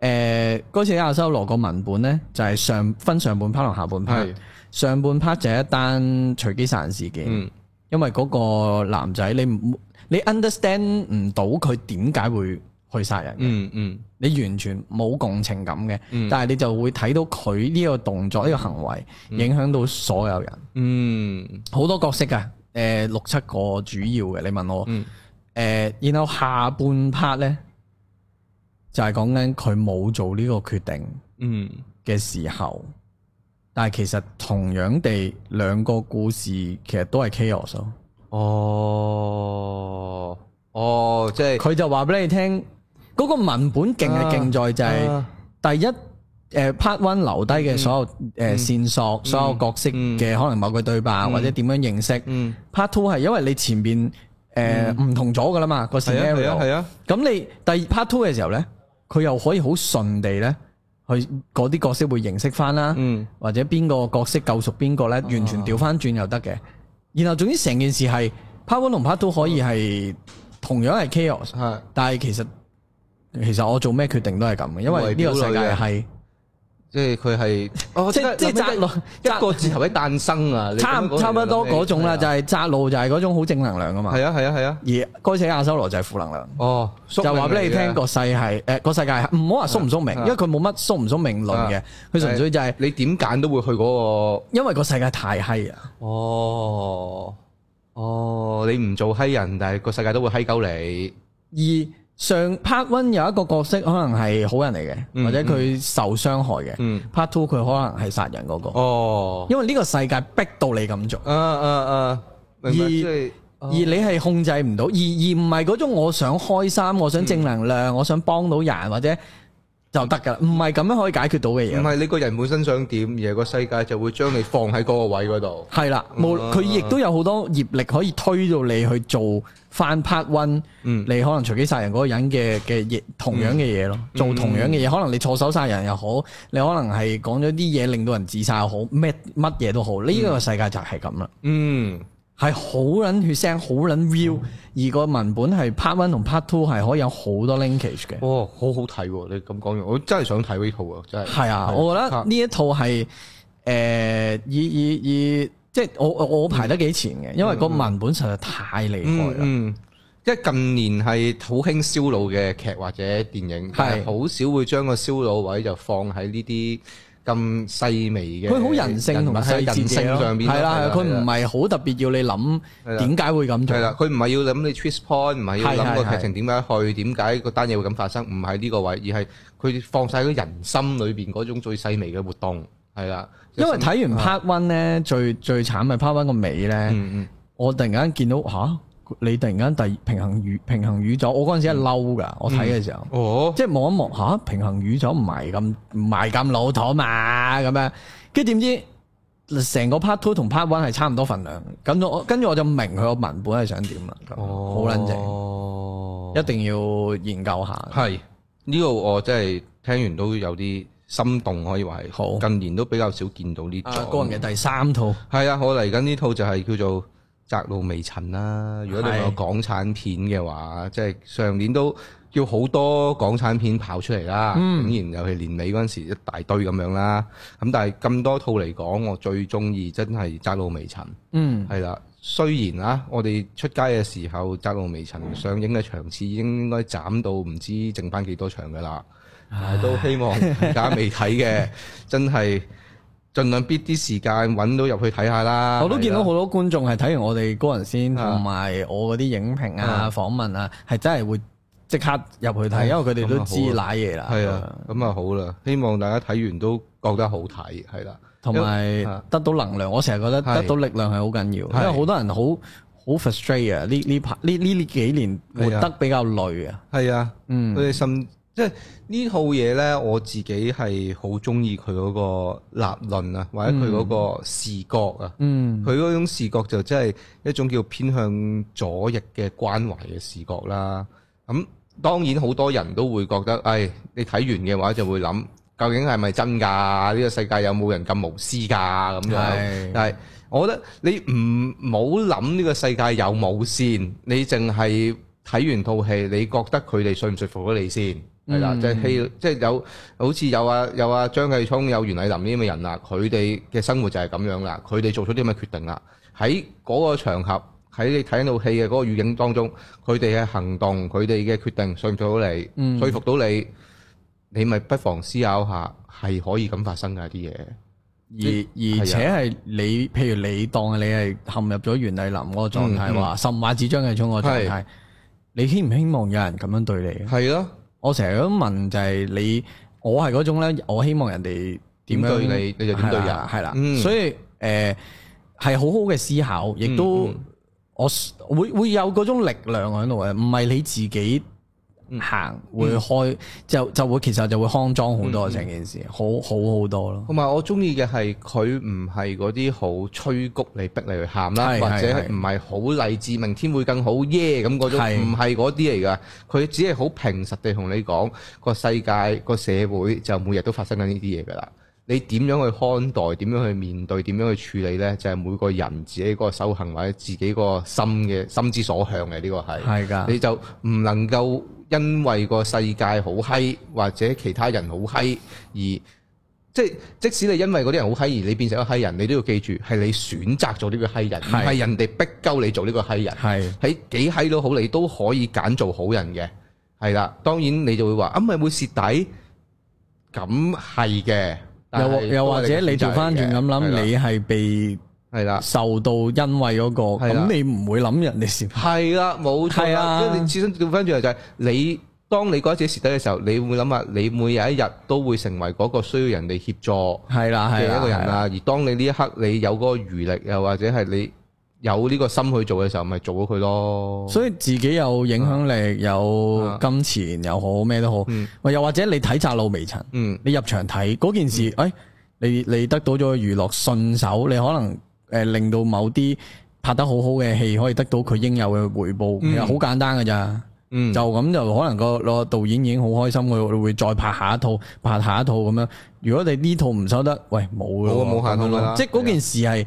B: 誒、嗰次亞修羅個文本咧，就係、上分上半 part 同下半 part
A: 係。
B: 上半 part 就係一單隨機殺人事件，
A: 嗯
B: 因為嗰個男仔你唔你 understand 唔到佢點解會去殺人嘅。
A: 嗯嗯
B: 你完全冇共情感嘅，
A: 嗯
B: 但係你就會睇到佢呢個動作、呢、個行為影響到所有人，
A: 嗯
B: 好多角色啊㗎，誒、六七個主要嘅。你問我，誒、
A: 嗯
B: 然後下半 part 呢，就係講緊佢冇做呢個決定
A: 嗯
B: 嘅時候，但係其實同樣地兩個故事其實都係 chaos 咯。
A: 哦哦，即係
B: 佢就話俾你聽，嗰、個文本勁係勁在就係、
A: 啊
B: 第一誒 part one 留低
A: 嗯
B: 嘅所有誒線索、所有角色嘅可能某句對白啊或者點樣認識
A: 嗯，
B: part two 係因為你前面誒唔同咗噶啦嘛個
A: 係啊係啊係
B: scenario，
A: 啊，
B: 咁你第二 part two 嘅時候咧，佢又可以好順地咧去嗰啲角色會認識翻啦，
A: 嗯啊
B: 或者邊個角色救贖邊個咧，完全調翻轉又得嘅。然後總之成件事係 part one 同 part two 可以係同樣係 chaos。
A: 係
B: 但係其實其實我做咩決定都係咁嘅，因為呢個
A: 啊
B: 世界係
A: 即係佢係哦
B: 即
A: 即係
B: 即係窄路
A: 一個字頭喺誕生 啊，你咁樣
B: 差
A: 講
B: 唔
A: 完
B: 差不多
A: 諗起
B: 嗰種啦，就
A: 係啊
B: 係窄路就係嗰種好正能量噶嘛。
A: 係啊係啊係啊，
B: 而該死亞修羅就係負能量，
A: 哦，宿
B: 就話俾你
A: 命嚟
B: 聽
A: 嘅
B: 個世係誒個世界係唔好話宿唔宿命，
A: 啊
B: 因為佢冇乜宿唔宿命論嘅，佢純粹就係
A: 你點揀都會去嗰個。
B: 因為個世界太閪啊，
A: 哦，哦，你唔做閪人，但係個世界都會閪鳩你。
B: 而上 part one 有一個角色可能係好人嚟嘅，
A: 嗯
B: 或者佢受傷害嘅
A: 嗯，
B: part two 佢可能係殺人嗰個，
A: 哦，
B: 因為呢個世界逼到你咁做。
A: 啊啊啊，明白
B: 而
A: 即係哦
B: 而你係控制唔到，而而唔係嗰種我想開心，我
A: 嗯
B: 想正能量，我想幫到人或者就得㗎啦，唔係咁樣可以解決到嘅
A: 唔
B: 嘢。
A: 係你個人本身想點，而係個世界就會將你放喺嗰個位嗰度。
B: 係啦，無
A: 嗯
B: 佢亦都有好多業力可以推到你去做翻 part one，
A: 嗯
B: 你可能隨機殺人嗰個人嘅嘅嘢，同樣嘅嘢咯，
A: 嗯
B: 做同樣嘅嘢，可能你錯手殺人又好，你可能係講咗啲嘢令到人自殺又好，咩乜嘢都好，呢個世界就係咁啦。
A: 嗯，
B: 係好撚血腥，好撚 real，而個文本係 part one 同 part two 係可以有好多 linkage 嘅。
A: 哦，好好睇喎！你咁講完，我真係想睇呢套啊！真係。
B: 係啊，我覺得呢一套係誒、呃以以以即係我我我排得幾前嘅，因為個文本實在太厲害
A: 嗯
B: 啦。
A: 嗯，因為近年係好興燒腦嘅劇或者電影，但係好少會將個燒腦位就放喺呢啲咁細微嘅。
B: 佢好人性同
A: 物
B: 細
A: 喺
B: 節
A: 人性
B: 嘢咯
A: 上邊咯。
B: 係啦，係啦佢
A: 係
B: 唔
A: 啦
B: 係好特別要你諗
A: 係啦
B: 點解會咁做
A: 係。啦，佢唔係要諗你 twist point，唔係要諗
B: 係係
A: 個
B: 係
A: 劇情點解去，點解個單嘢會咁發生，唔係呢個位，而係佢放晒喺人心裏邊嗰種最細微嘅活動，係啦。
B: 因為睇完 part one 咧，最最慘係 part one 個尾咧，
A: 啊嗯
B: 我突然間見到吓，你突然間第平衡宇平衡宇宙，我嗰陣時係嬲㗎，我睇嘅時候
A: 嗯。哦，
B: 即係望一望吓、平衡宇宙唔係咁唔係咁老土嘛咁樣，跟住點知成個 part two 同 part one 係差唔多份量，咁我跟住我就明佢個文本係想點啦，咁
A: 哦，
B: 好撚正，
A: 正
B: 一定要研究下。啊
A: 係呢個我真係聽完都有啲心動，可以話係。
B: 好
A: 近年都比較少見到呢種。
B: 啊，個人嘅第三套
A: 係啊，我嚟緊呢套就係叫做《窄路微塵》啦。如果你
B: 係
A: 話有港產片嘅話，即係上年都叫好多港產片跑出嚟啦。
B: 嗯
A: 竟然尤其年尾嗰陣時一大堆咁樣啦。咁但係咁多套嚟講，我最中意真係《窄路微塵》。
B: 嗯
A: 係啦，雖然啊，我哋出街嘅時候《窄路微塵》上映嘅場次已經應該斬到唔知剩翻幾多場㗎啦，但係都希望 而家未睇嘅真係盡量逼啲時間揾到入去睇下啦。
B: 我都見到
A: 係
B: 好
A: 啦
B: 多觀眾啊係睇完我哋嗰人先，
A: 啊
B: 同埋我嗰啲影評啊、
A: 啊
B: 訪問啊，係真係會即刻入去睇，
A: 係
B: 因為佢哋都
A: 咁啊
B: 知
A: 好
B: 賴嘢啦。
A: 係啊，咁啊好啦，希望大家睇完都覺得好睇，係啦，
B: 同埋
A: 啊
B: 得到能量，我成日覺得
A: 係
B: 得到力量係好緊要，
A: 係
B: 因為好多人好好 frustrate 啊！呢呢排呢呢呢幾年活
A: 係啊
B: 得比較累啊，
A: 係啊，
B: 嗯
A: 佢哋甚即係呢套嘢咧，我自己係好中意佢嗰個立論啊，或者佢嗰個視覺啊。
B: 嗯
A: 佢嗰種視覺就真係一種叫偏向左翼嘅關懷嘅視覺啦。咁、當然好多人都會覺得，唉、你睇完嘅話就會諗，究竟係咪真㗎？呢、個世界有冇人咁無私㗎？咁
B: 係
A: 樣，但係啊我覺得你唔冇諗呢個世界有冇先，你淨係睇完套戲，你覺得佢哋信唔信服咗你先？係啦，
B: 嗯
A: 即係戲，即係有好似有啊有啊張繼聰、有袁澧林呢啲咁嘅人啦，佢哋嘅生活就係咁樣啦，佢哋做出啲咁嘅決定啦。喺嗰個場合，喺你睇到戲嘅嗰個語境當中，佢哋嘅行動、佢哋嘅決定，信唔信服到你，
B: 嗯
A: 說服到你，你咪不妨思考下，係可以咁發生㗎啲嘢。
B: 而而
A: 係啊
B: 且係你，譬如你當你係陷入咗袁麗林嗰個狀態，
A: 嗯嗯
B: 話甚或至張繼聰個狀態，你希唔希望有人咁樣對你？啊
A: 係咯，
B: 我成日都問就係你，我係嗰種咧，我希望人哋
A: 點
B: 樣
A: 對你，你就點對
B: 係
A: 人。
B: 啦係啦，
A: 嗯
B: 所以誒係好好嘅思考，亦都
A: 嗯
B: 我 s- 會會有嗰種力量喺度嘅，唔係你自己
A: 嗯嗯
B: 行，會開就就會其實就會康莊好多成件事，好好好多咯。
A: 同埋我中意嘅係佢唔係嗰啲好催谷你逼你去喊啦，
B: 係
A: 或者
B: 係係
A: 唔係好勵志明天會更好耶咁嗰種，
B: 係
A: 唔係嗰啲嚟㗎。佢只係好平實地同你講個世界個社會就每日都發生緊呢啲嘢㗎啦。你點樣去看待、點樣去面對、點樣去處理呢？就係、每個人自己嗰個修行或者自己個心嘅心之所向嘅呢個係。
B: 係㗎，
A: 你就唔能夠因為個世界好閪或者其他人好閪而即係即使你因為嗰啲人好閪而你變成一個閪人，你都要記住係你選擇做呢個閪人，唔
B: 係
A: 係人哋逼鳩你做呢個閪人。
B: 係
A: 喺幾閪都好，你都可以揀做好人嘅，係啦。當然你就會話啊，咪會蝕底，咁係嘅。但係
B: 又又或者你調翻轉咁
A: 都係你
B: 諗，
A: 嘅選擇嚟嘅
B: 你係被
A: 係啦。
B: 受到因為嗰個，
A: 係啦
B: 咁你唔會諗人哋是
A: 係啦，冇錯
B: 係
A: 啦。
B: 啊
A: 因為你始終調翻轉嚟就係你，當你覺得自己蝕底嘅時候，你會諗下，你每有一日都會成為嗰個需要人哋協助
B: 係啦
A: 嘅
B: 係啦，
A: 一個人
B: 係
A: 啊。而當你呢一刻你有嗰個餘力，又或者係你有呢個心去做嘅時候，咪做咗佢咯。
B: 所以自己有影響力，有金錢又好，咩都好
A: 啊嗯。
B: 喂，又或者你睇窄路微塵，
A: 嗯，
B: 你入場睇嗰件事，哎，你你得到咗個娛樂，順手你可能诶令到某啲拍得好好嘅戲可以得到佢應有嘅回報，
A: 嗯
B: 其實好簡單㗎咋。
A: 嗯
B: 就咁就可能個個導演已經好開心，佢會再拍下一套，拍下一套咁樣。如果你呢套唔收得，喂冇
A: 冇
B: 嘅
A: 啊
B: 喎，
A: 冇下套㗎啦
B: 咁樣咯即係嗰件事係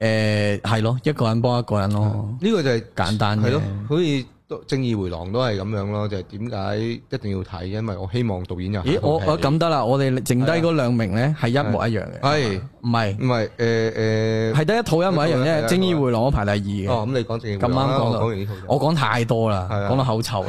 B: 诶係咯，一個人幫一個人咯，
A: 呢個就係
B: 簡單
A: 係
B: 嘅
A: 咯。，好似都正義回廊都係咁樣咯，就係點解一定要睇？因為我希望導演有
B: 咦，我我咁得啦，我哋剩低嗰兩名咧係一模一樣嘅，
A: 係
B: 唔係
A: 唔係誒誒？
B: 係得一套一模一樣
A: 係啊
B: 啫。正義回廊我排第二嘅，
A: 哦，咁你講正義
B: 咁
A: 回
B: 啱
A: 廊啦
B: 講
A: 我
B: 到
A: 講完呢套就
B: 我 講太多啦，
A: 係啊
B: 講到口臭，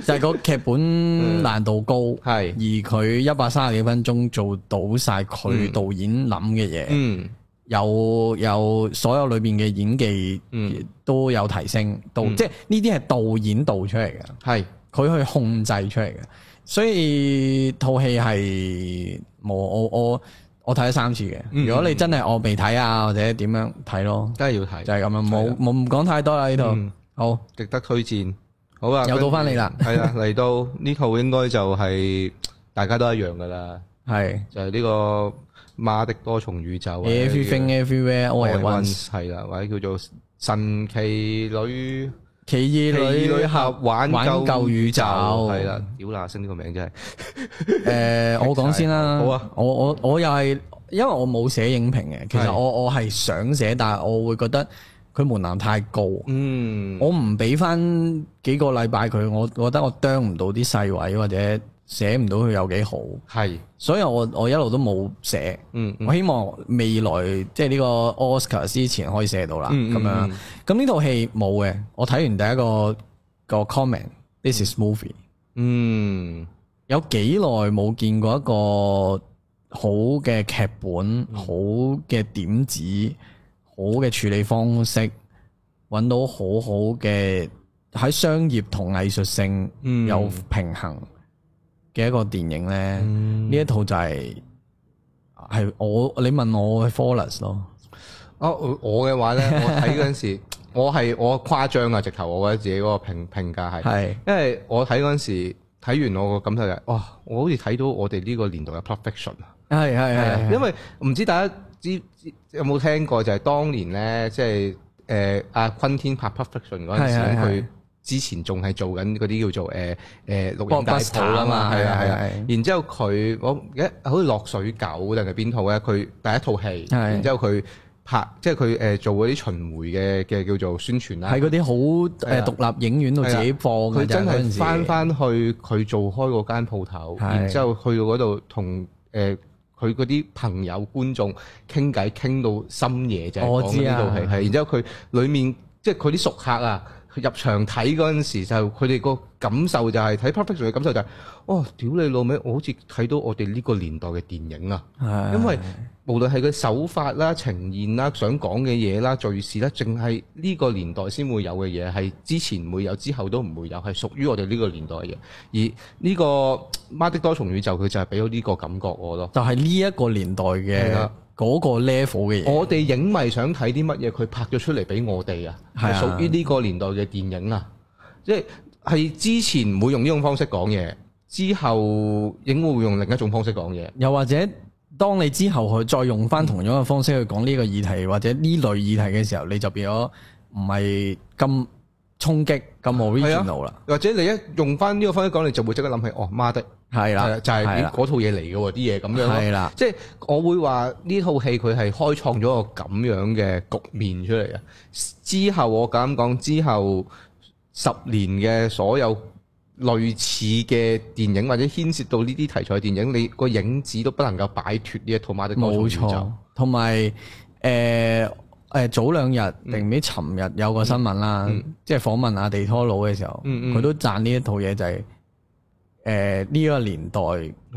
B: 就係個劇本難度高，而
A: 係
B: 佢一百三十幾分鐘做到晒佢
A: 嗯
B: 導演諗嘅嘢，
A: 嗯。
B: 有有所有裏邊嘅演技
A: 嗯
B: 都有提升到，
A: 嗯
B: 即係呢啲係導演導出嚟嘅。
A: 係
B: 佢去控制出嚟嘅，所以套戲係冇我我我睇咗三次嘅。
A: 嗯
B: 如果你真係我未睇啊，或者點樣睇咯，
A: 梗係要睇，
B: 就係咁
A: 係
B: 樣，
A: 啦
B: 冇冇唔講太多啦呢度
A: 嗯。
B: 好，
A: 值得推薦。好啊，
B: 又到翻你啦
A: 跟住。係啦，嚟到呢套應該就係大家都一樣噶啦，
B: 係
A: 就係呢個馬的多重宇宙嗯啊
B: Everything
A: 呢
B: Everywhere
A: 個
B: All at Once，
A: Once 係啦，或者叫做神奇女
B: 奇異
A: 奇
B: 女
A: 女
B: 俠
A: 俠挽
B: 挽救
A: 救
B: 宇
A: 宇
B: 宙
A: 宙係啦，屌那星呢個名真係
B: 誒，我講先啦。
A: 好啊，
B: 我我我又係因為我冇寫影評嘅，其實
A: 係
B: 我我係想寫，但係我會覺得佢門檻太高。
A: 嗯
B: 我唔俾翻幾個禮拜佢，我覺得我啄唔到啲細位或者寫唔到佢有幾好，
A: 係
B: 所以我我一路都冇寫。
A: 嗯嗯
B: 我希望未來即係呢個 Oscar 之前可以寫到啦，
A: 嗯
B: 咁樣
A: 嗯嗯。
B: 咁呢套戲冇嘅，我睇完第一個個 comment，this is movie。
A: 嗯
B: 有幾耐冇見過一個好嘅劇
A: 嗯
B: 本、好嘅點子、好嘅處理方式，揾到好好嘅喺商業同藝術性
A: 嗯
B: 有平衡嘅一個電影呢。呢、
A: 嗯
B: 一套就係、係我你問我係 Fallus 咯，
A: 哦，我嘅話咧，我睇嗰陣時，我係我誇張啊！直頭，我覺得自己嗰個評評價係。
B: 係
A: 因為我睇嗰陣時，睇完我個感受就係、哇！我好似睇到我哋呢個年代嘅 perfection 啊！
B: 係係
A: 係啊，
B: 係，
A: 因為唔知大家知知有冇聽過，就係當年咧，即係誒阿昆天拍 perfection 嗰陣時
B: 係係係
A: 佢。之前仲係做緊嗰啲叫做誒誒錄影帶
B: Blockbuster
A: 鋪啊嘛，係啊係啊
B: 係係。
A: 然之後佢我記得好似落水狗定係邊套咧？佢第一套戲，
B: 係
A: 然之後佢拍即係佢誒做嗰啲巡迴嘅嘅叫做宣傳啦。
B: 喺嗰啲好
A: 係
B: 誒
A: 啊
B: 獨立影院度自己放㗎
A: 佢
B: 咋
A: 真
B: 嗰陣
A: 係
B: 時
A: 翻翻去佢做開嗰間鋪頭，
B: 係
A: 然之後去到嗰度同誒佢嗰啲朋友觀眾傾偈，傾到深夜就係
B: 我
A: 講
B: 知
A: 緊
B: 啊
A: 呢套戲，係然之後佢裡面即係佢啲熟客啊。入場睇嗰陣時就佢哋個感受就係睇 perfection 嘅感受就係、哦，屌你老味，我好似睇到我哋呢個年代嘅電影啊！
B: 係
A: 因為無論係佢手法啦、呈現啦、想講嘅嘢啦、敘事啦，淨係呢個年代先會有嘅嘢，係之前唔會有，之後都唔會有，係屬於我哋呢個年代嘅嘢。而呢個《媽的多重宇宙》，佢就係俾到呢個感覺我咯。
B: 就係呢一個年代
A: 係
B: 嘅
A: 啦
B: 嗰個 level 嘅嘢，
A: 我哋影迷想睇啲乜嘢，佢拍咗出嚟俾我哋啊，係
B: 係啊
A: 屬於呢個年代嘅電影啊，即係。係之前唔會用呢種方式講嘢，之後應該會用另一種方式講嘢。
B: 又或者當你之後去再用翻同樣嘅方式去講呢個議題或者呢類議題嘅時候，你就變咗唔係咁衝擊咁 original 啦，
A: 或者你一用翻呢個方式講，你就會即刻諗起哦媽的，
B: 係
A: 係
B: 啦，
A: 啦就係
B: 係啦
A: 咦嗰套嘢嚟嘅喎，啲嘢咁樣咯。
B: 係啊啦，
A: 即係我會話呢套戲佢係開創咗個咁樣嘅局面出嚟啊！之後我咁講，之後十年嘅所有類似嘅電影或者牽涉到呢啲題材嘅電影，你個影子都不能夠擺脱呢一套馬的歌
B: 冇
A: 宇宙
B: 錯。同埋誒誒早兩日
A: 嗯
B: 定唔知尋日有個新聞啦，即係訪問阿地拖佬嘅時候，
A: 嗯嗯
B: 佢都讚呢一套嘢就係誒呢個年代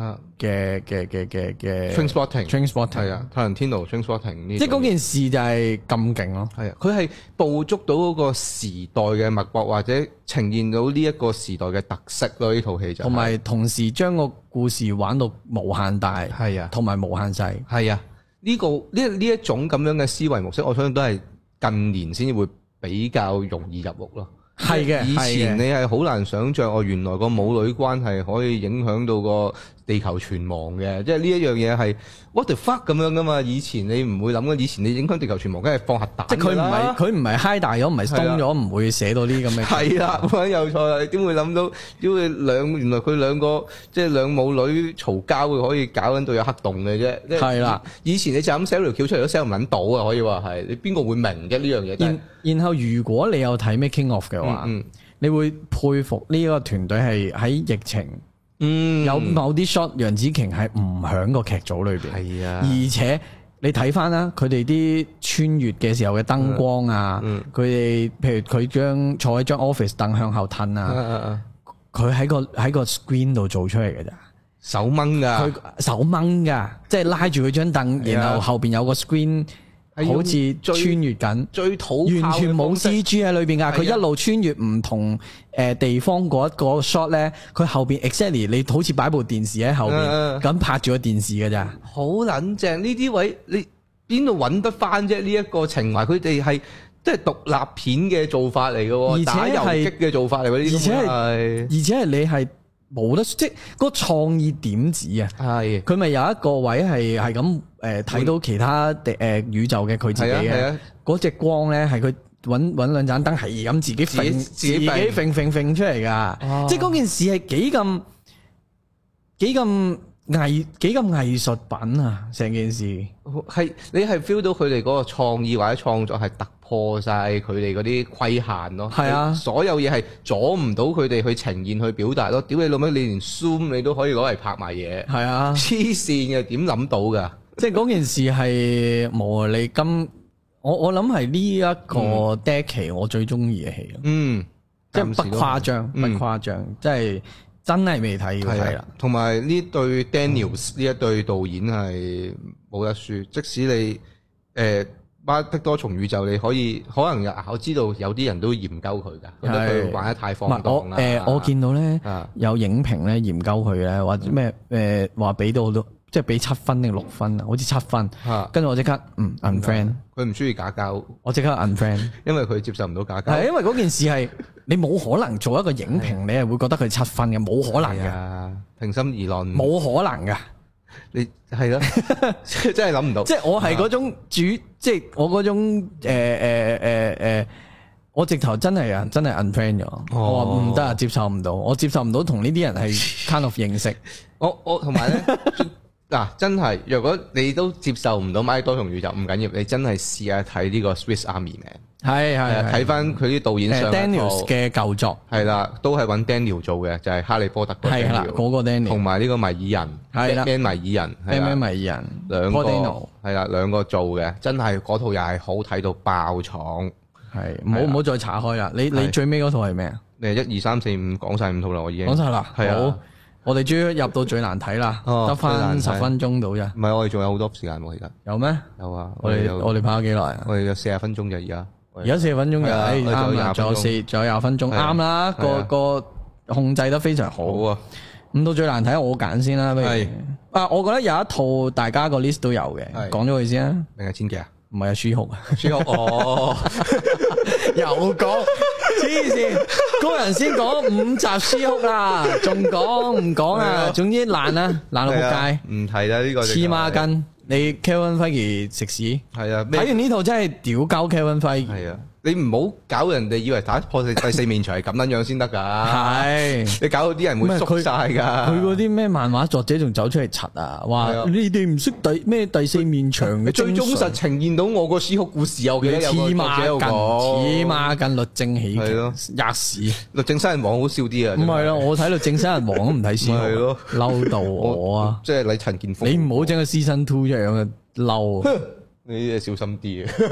A: 啊
B: 嘅嘅嘅嘅嘅
A: Trainspotting
B: transporting
A: 係啊，Tarantino Trainspotting 呢種，
B: 即係嗰件事就係咁勁咯。
A: 係啊，佢係捕捉到嗰個時代嘅脈搏，或者呈現到呢一個時代嘅特色咯。呢套戲就係
B: 同埋同時將個故事玩到無限大，
A: 係啊，
B: 同埋無限細，
A: 係啊，呢、個呢呢一種咁樣嘅思維模式，我相信都係近年先至會比較容易入屋咯。
B: 係嘅，
A: 以前
B: 係嘅
A: 你係好難想像哦，原來個母女關係可以影響到個地球存亡嘅，即係呢一樣嘢係 what the fuck 咁樣噶嘛。以前你唔會諗嘅，以前你影響地球存亡，梗係放核彈
B: 即係佢
A: 㗎
B: 唔
A: 啦
B: 係佢唔係 high 大咗，唔係鬆咗，唔會寫到呢啲咁嘅。
A: 係啦，咁有錯啦，你點會諗到？屌你兩原來佢兩個即係兩母女嘈交，會可以搞緊到有黑洞嘅啫。即
B: 係啦，
A: 以前你就咁寫條橋出嚟都寫唔撚到啊，可以話係。你邊個會明啫呢樣嘢？真係
B: 然然後如果你有睇 making of 嘅話，
A: 嗯
B: 你會佩服呢個團隊係喺疫情
A: 嗯，
B: 有某啲 shot，楊紫瓊係唔響個劇組裏邊，
A: 係啊，
B: 而且。你睇翻啦，佢哋啲穿越嘅時候嘅燈光啊
A: 嗯，
B: 佢哋、譬如佢將坐喺張 office 凳向後褪啊，
A: 啊啊啊
B: 佢喺個喺個 screen 度做出嚟嘅咋，
A: 手掹㗎，
B: 佢手掹噶，即係拉住佢張凳，
A: 啊係啊
B: 然後後邊有個 screen
A: 係用
B: 好似穿越緊，
A: 最土炮
B: 完
A: 嘅
B: 全冇
A: 方式
B: CG 喺裏邊
A: 係啊
B: 噶，佢一路穿越唔同誒地方嗰一個 shot 咧，佢後邊 exactly 你好似擺部電視喺後
A: 啊啊
B: 邊，咁拍住個電視嘅咋，
A: 好撚正呢啲位，你邊度揾得翻啫？呢一個情懷，佢哋係即係獨立片嘅做法嚟嘅喎，
B: 而且
A: 打遊
B: 係
A: 擊嘅做法嚟喎，呢啲根本係
B: 而且係你係冇得即係嗰個創意點子啊！
A: 係
B: 佢咪有一個位係係咁誒睇到其他地誒、呃宇宙嘅佢自己
A: 係啊係
B: 嘅
A: 啊
B: 嗰隻光咧，係佢揾揾兩盞燈係咁自己
A: 自己
B: 揈
A: 自
B: 自
A: 己
B: 己
A: 揈
B: 揈揈揈出嚟
A: 哦
B: 㗎，即係嗰件事係幾咁幾咁藝幾咁藝術品啊！成件事
A: 係你係 feel 到佢哋嗰個創意或者創作係突破晒佢哋嗰啲規限咯。
B: 係啊
A: 你所有嘢係阻唔到佢哋去呈現去表達咯。屌你老味，你連 Zoom 你都可以攞嚟拍埋嘢，
B: 係啊，
A: 黐線嘅點諗到㗎？
B: 即係嗰件事係冇啊！你今我我諗係呢一個 decade 我最中意嘅戲咯，
A: 嗯，
B: 即係不誇張，不
A: 嗯
B: 誇張，即係真係未睇要睇
A: 係
B: 啦
A: 啦。。同埋呢對 Daniels 呢一對導演係冇得輸，即使你誒。巴匹多重宇宙，你可以可能有我知道有啲人都研究佢㗎，覺得佢
B: 係
A: 玩得太
B: 唔
A: 放
B: 係我
A: 蕩啦。
B: 誒，我見到咧
A: 啊
B: 有影評咧研究佢咧，或者咩誒話俾到好多，即係俾七分定六分啊，好似七分。
A: 嚇
B: 跟住我即刻嗯 unfriend，
A: 啊佢唔中意假交，
B: 我即刻 unfriend，
A: 因為佢接受唔到假交。
B: 係因為嗰件事係你冇可能做一個影評，你係會覺得佢七分嘅，冇可能
A: 係
B: 嘅，
A: 啊，平心而論，
B: 冇可能嘅。
A: 你係咯，真 係諗唔到。
B: 即係我係嗰種主，即係我嗰種呃誒誒誒誒，呃我直頭真係啊，真係 unfriend
A: 哦
B: 咗。我話唔得啊，接受唔到，我接受唔到同呢啲人係 kind of 認識。
A: 我我同埋咧， 嗱真係，若果你都接受唔到買多重宇宙，唔緊要，你真係試下睇呢個 Swiss Army Man，
B: 係係係
A: 啊睇翻佢啲導演
B: 誒
A: 上一
B: Daniels
A: 套，
B: 嘅舊作
A: 係啦，都係揾 Daniel 做嘅，就係哈利波特嗰個
B: 係啦，
A: Daniel，
B: 嗰個
A: 同
B: Daniel
A: 埋呢個迷耳人，
B: 係啦
A: Batman 迷耳人，係
B: M
A: 啦
B: M 迷人
A: 兩
B: Paul
A: 個
B: Dano
A: 係啦，兩個做嘅，真係嗰套又係好睇到爆廠。
B: 係唔好
A: 係啦
B: 唔好再查開啦。你你
A: 係
B: 最尾嗰套係咩啊？
A: 誒一二三四五講晒五套啦，我已經
B: 講晒啦，
A: 係啊
B: 好，我哋終於入到最難睇啦，
A: 哦
B: 得
A: 最難
B: 翻
A: 睇
B: 十分鐘到咋？
A: 唔係，我哋仲有好多時間喎，而家
B: 有咩？
A: 有啊，
B: 我
A: 我哋
B: 哋
A: 有
B: 我哋拍咗幾耐啊？
A: 我哋有四十分鐘啫，而家
B: 而家四十分鐘嘅，
A: 係啊
B: 唉
A: 我哋仲有
B: 啱啦，
A: 廿分鐘
B: 仲有四，仲有廿分鐘，
A: 係啊
B: 啱啦，
A: 係
B: 個
A: 啊
B: 個控制得非常好。
A: 好啊，
B: 咁到最難睇，我揀先啦，不如
A: 係
B: 啊，我覺得有一套大家個 list 都有嘅
A: 係，
B: 講咗佢先啊，
A: 定係千幾啊？
B: 唔 係啊，舒酷啊，
A: 舒服哦，
B: 又講黐線，高人先講五集師哭啦，仲講唔
A: 係
B: 講啊？
A: 啊
B: 總之爛啦，爛到仆街，
A: 唔睇啦呢個
B: 黐孖筋。你 Kevin f e i g 食屎，
A: 係啊，
B: 睇
A: 咩
B: 完呢套真係屌鳩 Kevin f e i g
A: 係啊？你唔好搞人哋以為打破第四面牆係咁樣樣先得 㗎，
B: 係。
A: 你搞到啲人會
B: 唔係
A: 縮
B: 佢
A: 晒㗎。
B: 佢嗰啲咩漫畫作者仲走出嚟柒啊，話
A: 係啊
B: 你哋唔識第咩第四面牆嘅
A: 你最
B: 精
A: 忠實
B: 神
A: 呈現到我個私哭故事有
B: 你
A: 幾有個
B: 黐
A: 作者有
B: 孖筋，黐
A: 講
B: 孖筋律政起
A: 係咯
B: 勁，吔屎！
A: 律政新人網好笑啲啊，
B: 唔
A: 真
B: 係
A: 係
B: 啦，我睇到正新人王都唔睇先，
A: 咪係咯
B: 嬲到我啊！
A: 即係你陳建峰，
B: 你唔好整個 season two 一樣嘅 嬲啊，
A: 你小心啲啊 嘅，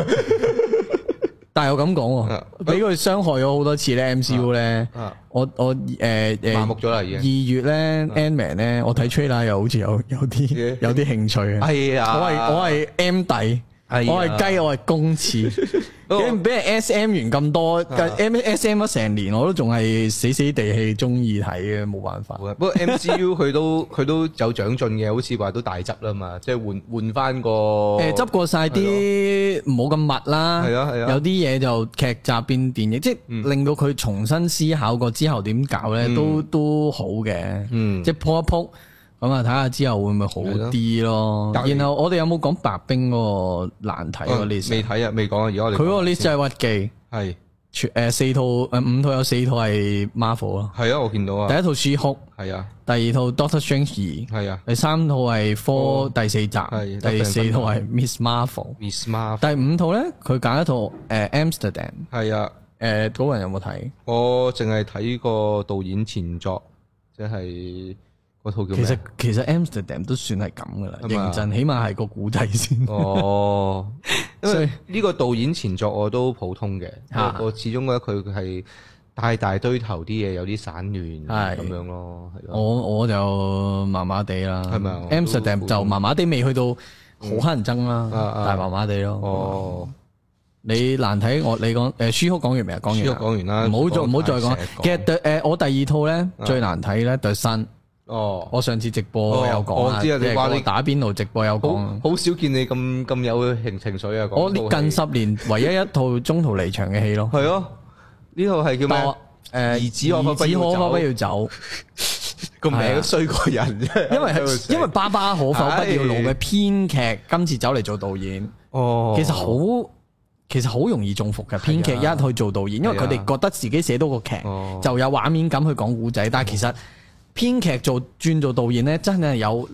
B: 但係我咁講
A: 啊
B: 喎，俾佢傷害咗好多次咧，MCU 咧
A: 啊，
B: 我我誒誒
A: 麻木咗啦已
B: 二
A: 經。
B: 月咧 a n Man 咧，我睇 trailer 又好似有有啲
A: 嘢
B: 有啲興趣啊！
A: 哎呀，
B: 我係我係 M 弟。
A: 哎呀
B: 我係雞，我係 公廁，你唔俾人 S M 完咁多，M S M 咗成年，我都仲係死死地氣中意睇嘅，冇辦法
A: 好。啊嘅不過 MCU 佢都 佢都有長進嘅，好似話都大執啦嘛，即係換換翻個
B: 誒，執過晒啲唔好咁密
A: 哦
B: 啦，
A: 係啊係嗯啊
B: 有啲嘢就劇集變電影，即係令到佢重新思考過之後點搞咧，都都好嘅，
A: 嗯
B: 即係鋪一鋪咁啊，睇下之後會唔會
A: 係
B: 好
A: 咯
B: 啲咯。
A: 隔離
B: 然後我哋有冇講白冰嗰個難題
A: 啊
B: 嗰個 list？
A: 未睇啊，未講啊，而家我哋
B: 佢嗰
A: 講
B: 個 list 就係屈記。
A: 係
B: 全誒四套誒五套有四套係 Marvel 咯，
A: 係啊，我見到
B: 第
A: 啊，
B: 一套 She-Hulk，
A: 係啊
B: 第二套 Doctor Strange
A: 係啊
B: 二，第三套係 Four 第四集，
A: 哦係
B: 第四套係 Miss Marvel，
A: ，Miss Marvel
B: 第五套咧佢揀一套誒 Amsterdam，
A: 係啊，
B: 誒嗰個人有冇睇？
A: 我淨係睇個導演前作，即係嗰套叫
B: 其
A: 咩
B: 實
A: 啊？
B: 其實 Amsterdam 都算係咁噶啦，
A: 係咪啊
B: 認真，起碼係個古仔先。
A: 哦，因
B: 所以
A: 為呢個導演前作我都普通嘅，
B: 嚇
A: 我我始終覺得佢係大大堆頭啲嘢有啲散亂
B: 係
A: 咁樣咯，係咯，
B: 我我就麻麻地啦，
A: 係咪啊我都嗯
B: Amsterdam 就麻麻地，未去到好乞人憎啦，
A: 啊啊
B: 但係麻麻地咯。
A: 哦。
B: 你難睇我你講誒書哭講完未啊？講完
A: 書
B: 啦
A: 哭講完啦
B: 唔好再
A: 講
B: 唔好再
A: 太
B: 講
A: 成日。啊講
B: 其實第誒我第二套咧最難睇咧對新，
A: 哦，
B: 我上次直播
A: 哦
B: 有講啦
A: 我知啊
B: 即係
A: 你話
B: 嗰個
A: 你
B: 打邊爐直播有
A: 好
B: 講。啊
A: 好少見你咁咁有情情緒啊！
B: 我近十年唯一一套中途離場嘅戲咯。
A: 係咯，呢套係叫
B: 但
A: 咩
B: 我？誒
A: 兒子可不
B: 兒子可
A: 要
B: 不
A: 走
B: 要 走？
A: 個名
B: 係啊
A: 都衰過人啫，
B: 因為 係因為爸爸可否不要老嘅
A: 唉
B: 編劇今次走嚟做導演，
A: 哦，啊
B: 其實好其實好容易中伏嘅編劇一去做導演，因為
A: 係
B: 佢
A: 啊
B: 哋覺得自己寫到個劇。
A: 哦嗯
B: 就有畫面感去講古仔，但係其實編劇做轉做導演呢，真係有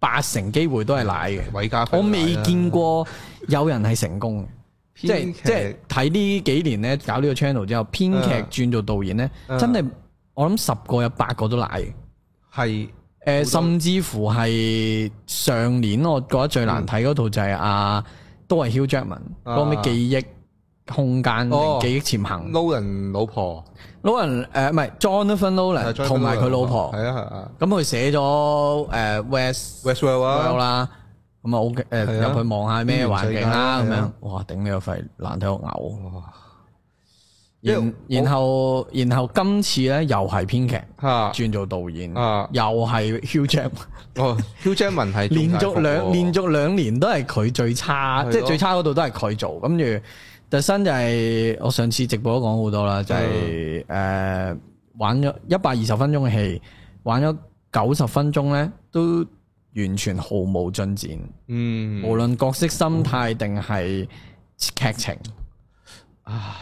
B: 八成機會都係奶嘅。
A: 韋家輝
B: 我未見過有人係成功嘅，即係
A: 編劇
B: 即係睇呢幾年呢，搞呢個 channel 之後，編劇轉做導演呢，
A: 嗯
B: 真係我諗十個有八個都奶嘅。
A: 係
B: 誒、甚至乎係上年我覺得最難睇嗰套就係啊，都係 Hugh Jackman 嗰個咩
A: 啊
B: 記憶空間、
A: 哦
B: 記憶潛行。
A: Nolan 老婆，
B: Nolan 誒唔係 Jonathan
A: 係
B: Nolan 同埋佢老婆。
A: 係啊係啊
B: 咁佢寫咗誒 West
A: ，Westworld 啊，
B: 啦，咁啊 OK 誒
A: 係啊
B: 入去望下咩環境啦
A: 嗯
B: 咁
A: 係
B: 樣
A: 啊，
B: 哇頂你個肺，難睇我嘔。
A: 哇
B: 然
A: 因為我
B: 然後然後今次咧又係編劇
A: 嚇
B: 轉做導演，又
A: 啊
B: 係 Hugh Jack，
A: 哦，Hugh Jackman 係
B: 連
A: 中大
B: 續
A: 伏
B: 兩
A: 喎
B: 連續兩年都係佢最差，
A: 係
B: 即係
A: 咯
B: 最差嗰度都係佢做，跟住。特新就係我上次直播都講好多啦，就係
A: 啊
B: 誒玩咗一百二十分鐘嘅戲，玩咗九十分鐘咧，都完全毫無進展，
A: 嗯
B: 無論角色心態定係劇情。
A: 啊，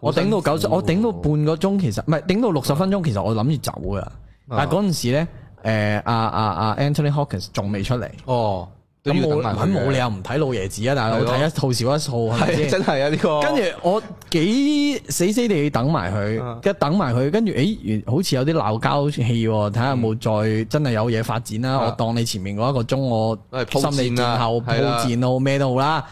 B: 我頂到
A: 好
B: 九十，
A: 辛苦啊
B: 我頂到半個鐘，其實唔係頂到六十分鐘，其實我諗住走噶，但係嗰陣時咧，誒阿阿阿 Anthony Hopkins 仲未出嚟，
A: 哦，都
B: 咁
A: 要等
B: 我
A: 埋
B: 咁
A: 佢嘅
B: 冇理由唔睇老爺子啊，大佬
A: 係咯
B: 睇一套少一套係咪
A: 係
B: 先？
A: 真係啊呢個，
B: 跟住我幾死死地等埋
A: 啊
B: 佢，一等埋佢，跟住誒，原好似有啲鬧交戲喎，睇下有冇再真係有嘢發展啦。
A: 啊
B: 我當你前面嗰一個鐘，我
A: 都係鋪
B: 心理
A: 墊
B: 戰
A: 啦
B: 後鋪
A: 係啦
B: 戰好咩都好啦，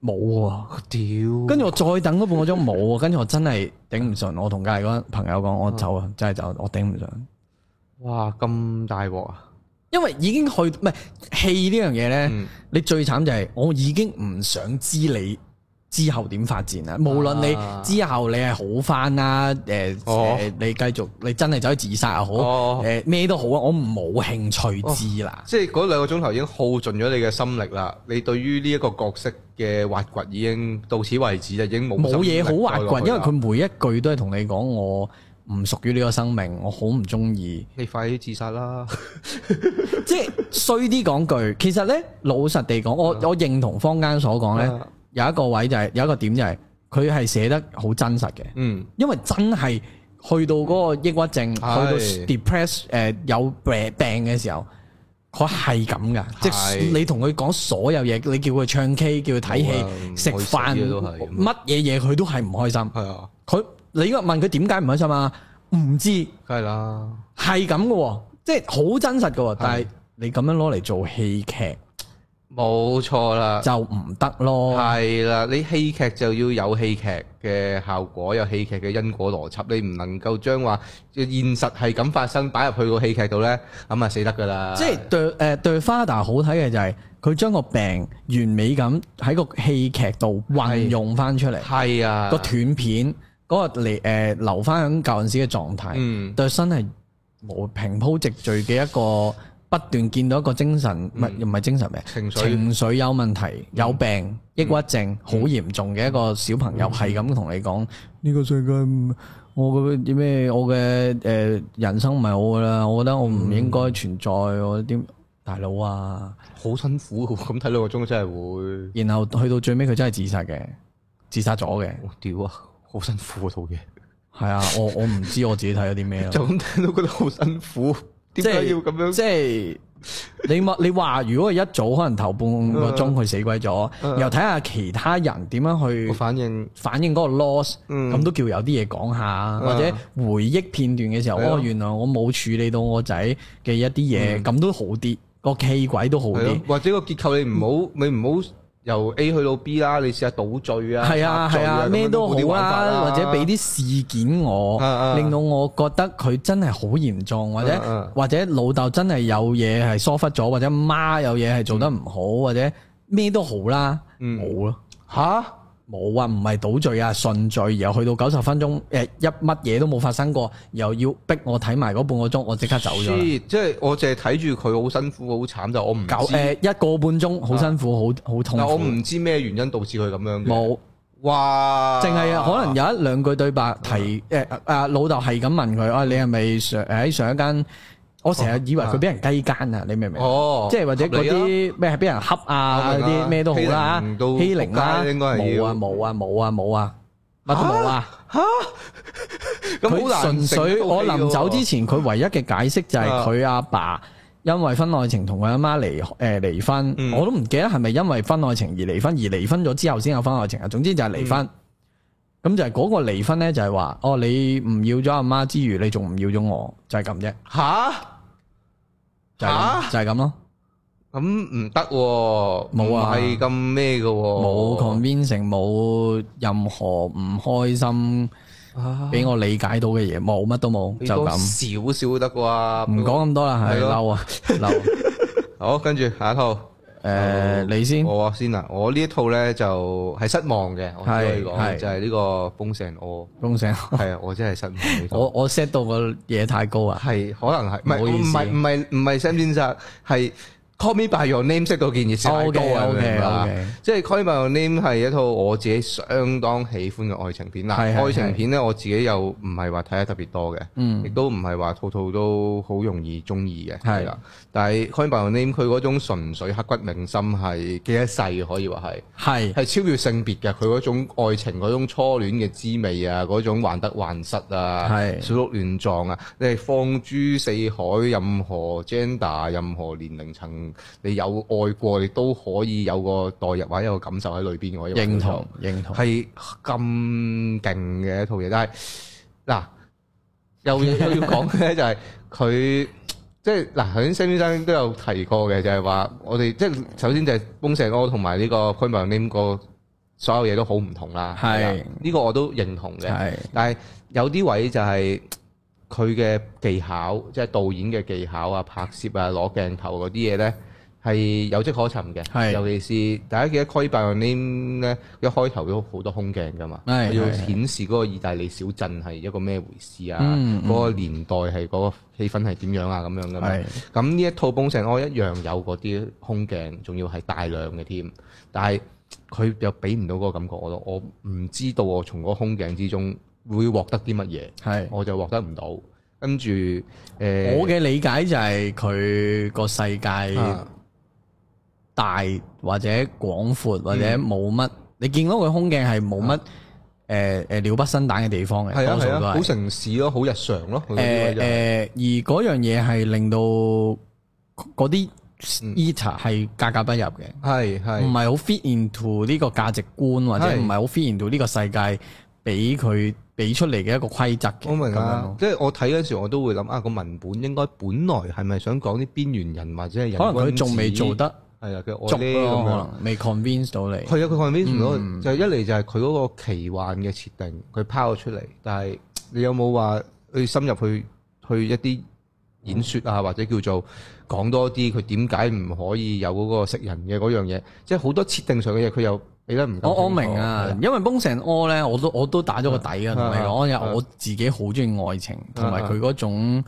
B: 冇喎。
A: 屌，
B: 跟住我再等嗰半個鐘冇喎，跟住我真係頂唔順。我同隔離嗰朋友講，我走啊，真係走，我頂唔順。
A: 哇咁大鑊啊！
B: 因為已經去唔係戲呢樣嘢呢，
A: 嗯
B: 你最慘就係我已經唔想知你之後點發展啦。無論你
A: 啊
B: 之後你係好翻啦，誒、
A: 哦
B: 誒你繼續你真係走去自殺又好，
A: 哦
B: 誒咩、都好啊，我冇興趣知啦。
A: 即係嗰兩個鐘頭已經耗盡咗你嘅心力啦，你對於呢一個角色嘅挖掘哦已經到此為止就已經冇
B: 冇嘢好挖掘，因為佢
A: 為
B: 每一句都係同你講我唔屬於呢個生命，我好唔中意。
A: 你快啲自殺 啦！
B: 即係衰啲講句，其實呢，老實地講，
A: 嗯
B: 我我認同坊間所講呢，有一個位就係、有一個點就係佢係寫得好真實嘅，
A: 嗯，
B: 因為真係去到嗰個抑鬱症，去到
A: 係
B: depress 誒、有病病嘅時候，佢係咁噶，即係
A: 係
B: 你同佢講所有嘢，你叫佢唱 K，叫佢睇
A: 冇啊
B: 戲、食
A: 唔開心
B: 飯，
A: 嘅都係
B: 乜嘢嘢佢都係唔開心。
A: 係啊，
B: 佢你應該問佢點解唔開心啊？唔知
A: 梗係啦，
B: 係咁嘅喎，即係好真實嘅喎。但係你咁樣攞嚟做戲劇
A: 冇錯啦，
B: 就唔得咯。
A: 係啦，你戲劇就要有戲劇嘅效果，有戲劇嘅因果邏輯，你唔能夠將話現實係咁發生擺入去個戲劇度呢，咁啊死得㗎啦！
B: 即係對誒對 Father 好睇嘅就係佢將個病完美咁喺個戲劇度運用翻出嚟，
A: 係啊，
B: 個斷片嗰個嚟誒留翻喺舊陣時嘅狀態，
A: 嗯
B: 對身係無平鋪直敍嘅一個不斷見到一個精神唔係唔係精神病。
A: 嗯情緒嗯
B: 情緒有問題、有病、抑鬱症，好嚴重嘅一個小朋友，係咁同你講：呢個世界唔，我嘅咩，我嘅誒人生唔係我噶啦，我覺得我唔應該存在，我
A: 嗯
B: 點大佬啊！
A: 好辛苦喎，咁睇兩個鐘真係
B: 然後去到最尾，佢真係自殺嘅，自殺咗嘅。
A: 會，我屌啊，好辛苦嗰套嘢，
B: 係啊，我我唔知我自己睇咗啲咩啦。
A: 就咁聽到覺得好辛苦，點解要咁樣？
B: 即係你 話你話，如果一早可能頭半個鐘佢死鬼咗，
A: 嗯
B: 又睇下其他人點樣去
A: 個。反應
B: 反映嗰個 loss，咁、
A: 嗯
B: 都叫有啲嘢講下，或者回憶片段嘅時候，
A: 係咯啊
B: 哦，原來我冇處理到我仔嘅一啲嘢，咁、都好啲，個企鬼都好
A: 嗯係咯
B: 啲，，
A: 或者個結構你唔
B: 嗯
A: 好，你唔好由 A 去到 B 啦，你試下倒敍啊，
B: 係啊
A: 插
B: 係
A: 敘
B: 啊，
A: 咁
B: 咩
A: 樣
B: 都好
A: 冇啲玩法
B: 啦，或者俾啲事件我，
A: 啊啊
B: 令到我覺得佢真係好嚴重，或者、
A: 啊啊
B: 或者老豆真係有嘢係疏忽咗，或者媽有嘢係做得唔好，或者咩都好啦，
A: 嗯
B: 冇咯、
A: 吓。
B: 冇啊，唔係倒序啊，順序，然後去到九十分鐘，誒一乜嘢都冇發生過，又要逼我睇埋嗰半個鐘，我即刻走咗啦。
A: Shit，即係我淨係睇住佢好辛苦好慘，就我唔
B: 九
A: 知，
B: 誒一個半鐘，好辛苦，好好痛
A: 但我
B: 苦。
A: 唔知咩原因導致佢咁樣嘅。
B: 冇，
A: 哇，
B: 淨係可能有一兩句對白提誒啊老豆係咁問佢啊，你係咪上喺上一間？我成日以為佢俾人雞奸啊，你明唔明？
A: 哦，
B: 即係或者嗰
A: 合理啊
B: 啲咩係俾人恰啊
A: 我
B: 嗰
A: 明啦
B: 啲咩都好啦
A: 欺凌到，
B: 欺凌啦，
A: 仆街應該係
B: 冇啊
A: 要
B: 冇啊冇啊冇啊，乜都冇啊。
A: 咁好
B: 佢
A: 難
B: 純粹
A: 成
B: 我臨走
A: 套
B: 之
A: 戲
B: 前，佢唯一嘅解釋就係
A: 啊
B: 佢阿爸因為婚外情同佢阿媽離誒離婚，
A: 嗯
B: 我都唔記得係咪因為婚外情而離婚，而離婚咗之後先有婚外情啊。總之就係離
A: 嗯
B: 婚。咁就係嗰個離婚呢，就係話哦，你唔要咗阿媽之餘，你仲唔要咗我，就係咁啫，
A: 喎吓
B: 就係咁
A: 啊
B: 就係咁咯，
A: 咁唔得喎，
B: 冇啊
A: 唔係咁咩嘅喎，
B: 冇 convincing，冇任何唔開心
A: 啊
B: 俾我理解到嘅嘢，冇乜都冇，
A: 俾
B: 就
A: 多
B: 咁，
A: 少少都得啩，
B: 唔講咁多啦，係
A: 係咯
B: 嬲啊 嬲，
A: 好，跟住下一套。哦
B: 誒你先。
A: 我先啊，我呢一套咧就係失望嘅，我只可以
B: 係係
A: 講就係呢個《封神我
B: 公醒，》，
A: 係啊，我真係失望呢套。
B: 我我 set 到個嘢太高啊！
A: 係可能係，唔
B: 唔好意
A: 係唔
B: 思
A: 係唔係唔係 Sam 先生，係 Call Me By Your Name 識到件嘢太多啊
B: OK，OK，
A: 你明白嗎
B: OK
A: 即係 Call Me By Your Name 係一套我自己相當喜歡嘅愛情片啦。
B: 係係
A: 愛情片咧，我自己又唔係話睇得特別多嘅，
B: 嗯
A: 亦都唔係話套套都好容易中意嘅，
B: 係
A: 係啦。但係 Call Me By Your Name 佢嗰種純粹刻骨銘心係幾一世嘅可以話係。
B: 係
A: 係超越性別嘅，佢嗰種愛情嗰種初戀嘅滋味啊，嗰種患得患失啊，
B: 係
A: 小鹿亂撞啊，你係放諸四海，任何 gender、任何年齡層，你有愛過，你都可以有個代入或者有個感受喺裏邊。我
B: 認同認同，
A: 係咁勁嘅一套嘢，但係嗱 又要又要講咧，就係佢即係嗱，頭先 Sam 先生都有提過嘅，就係話我哋即係首先就係崩石柯同埋呢個 p r i m name 個所有嘢都好唔同啦，
B: 係
A: 啦呢個我都認同嘅，
B: 係
A: 但係有啲位就係佢嘅技巧，即係導演嘅技巧啊、拍攝啊、攞鏡頭嗰啲嘢咧。係有跡可尋
B: 係
A: 嘅，尤其是大家記得《Call Me By Your Name》咧，一開頭都好多空鏡噶嘛，
B: 係
A: 我要
B: 係係
A: 顯示嗰個意大利小鎮係一個咩回事啊，
B: 嗯嗯
A: 嗰個年代係嗰個氣氛係點樣啊咁樣噶嘛。
B: 係
A: 咁呢一套《崩城我一樣有嗰啲空鏡，仲要係大量嘅添，但係佢又俾唔到嗰個感覺我咯。我唔知道我從嗰個空鏡之中會獲得啲乜嘢，
B: 係
A: 我就獲得唔到。跟住誒，呃
B: 我嘅理解就係佢個世界
A: 啊
B: 大或者廣闊或者冇乜，你見到佢空鏡係冇乜誒誒鳥不生蛋嘅地方嘅，
A: 係啊
B: 多數
A: 係
B: 都
A: 啊，好
B: 係
A: 城市咯，好日常咯。佢嗰啲位
B: 誒
A: 就
B: 誒，而嗰樣嘢係令到嗰啲
A: 嗯
B: eater 係格格不入嘅。
A: 係係
B: 唔係好 fit into 呢個價值觀，或者
A: 係
B: 唔係好 fit into 呢個世界俾佢俾出嚟嘅一個規則嘅。
A: 我明
B: 咁樣
A: 啊
B: 咯，
A: 即係我睇嗰時我都會諗啊，個文本應該本來係咪想講啲邊緣人或者係人
B: 可能佢仲未做得
A: 係啊，佢
B: 足
A: 我呢
B: 咯，
A: 咁
B: 可
A: 樣。
B: 能未 convince 到你。
A: 係啊，佢 convince 到
B: 嗯
A: 就係一嚟就係佢嗰個奇幻嘅設定，佢拋咗出嚟，但係你有冇話去深入去去一啲演說啊，或者叫做講多啲佢點解唔可以有嗰個食人嘅嗰樣嘢？即係好多設定上嘅嘢，佢又俾得唔夠
B: 我我
A: 清楚
B: 明啊
A: 係，
B: 因為《崩成柯》咧，我都我都打咗個底
A: 啊
B: 啊，同你講，因
A: 啊
B: 為我自己好中意愛情，同埋
A: 啊
B: 佢嗰種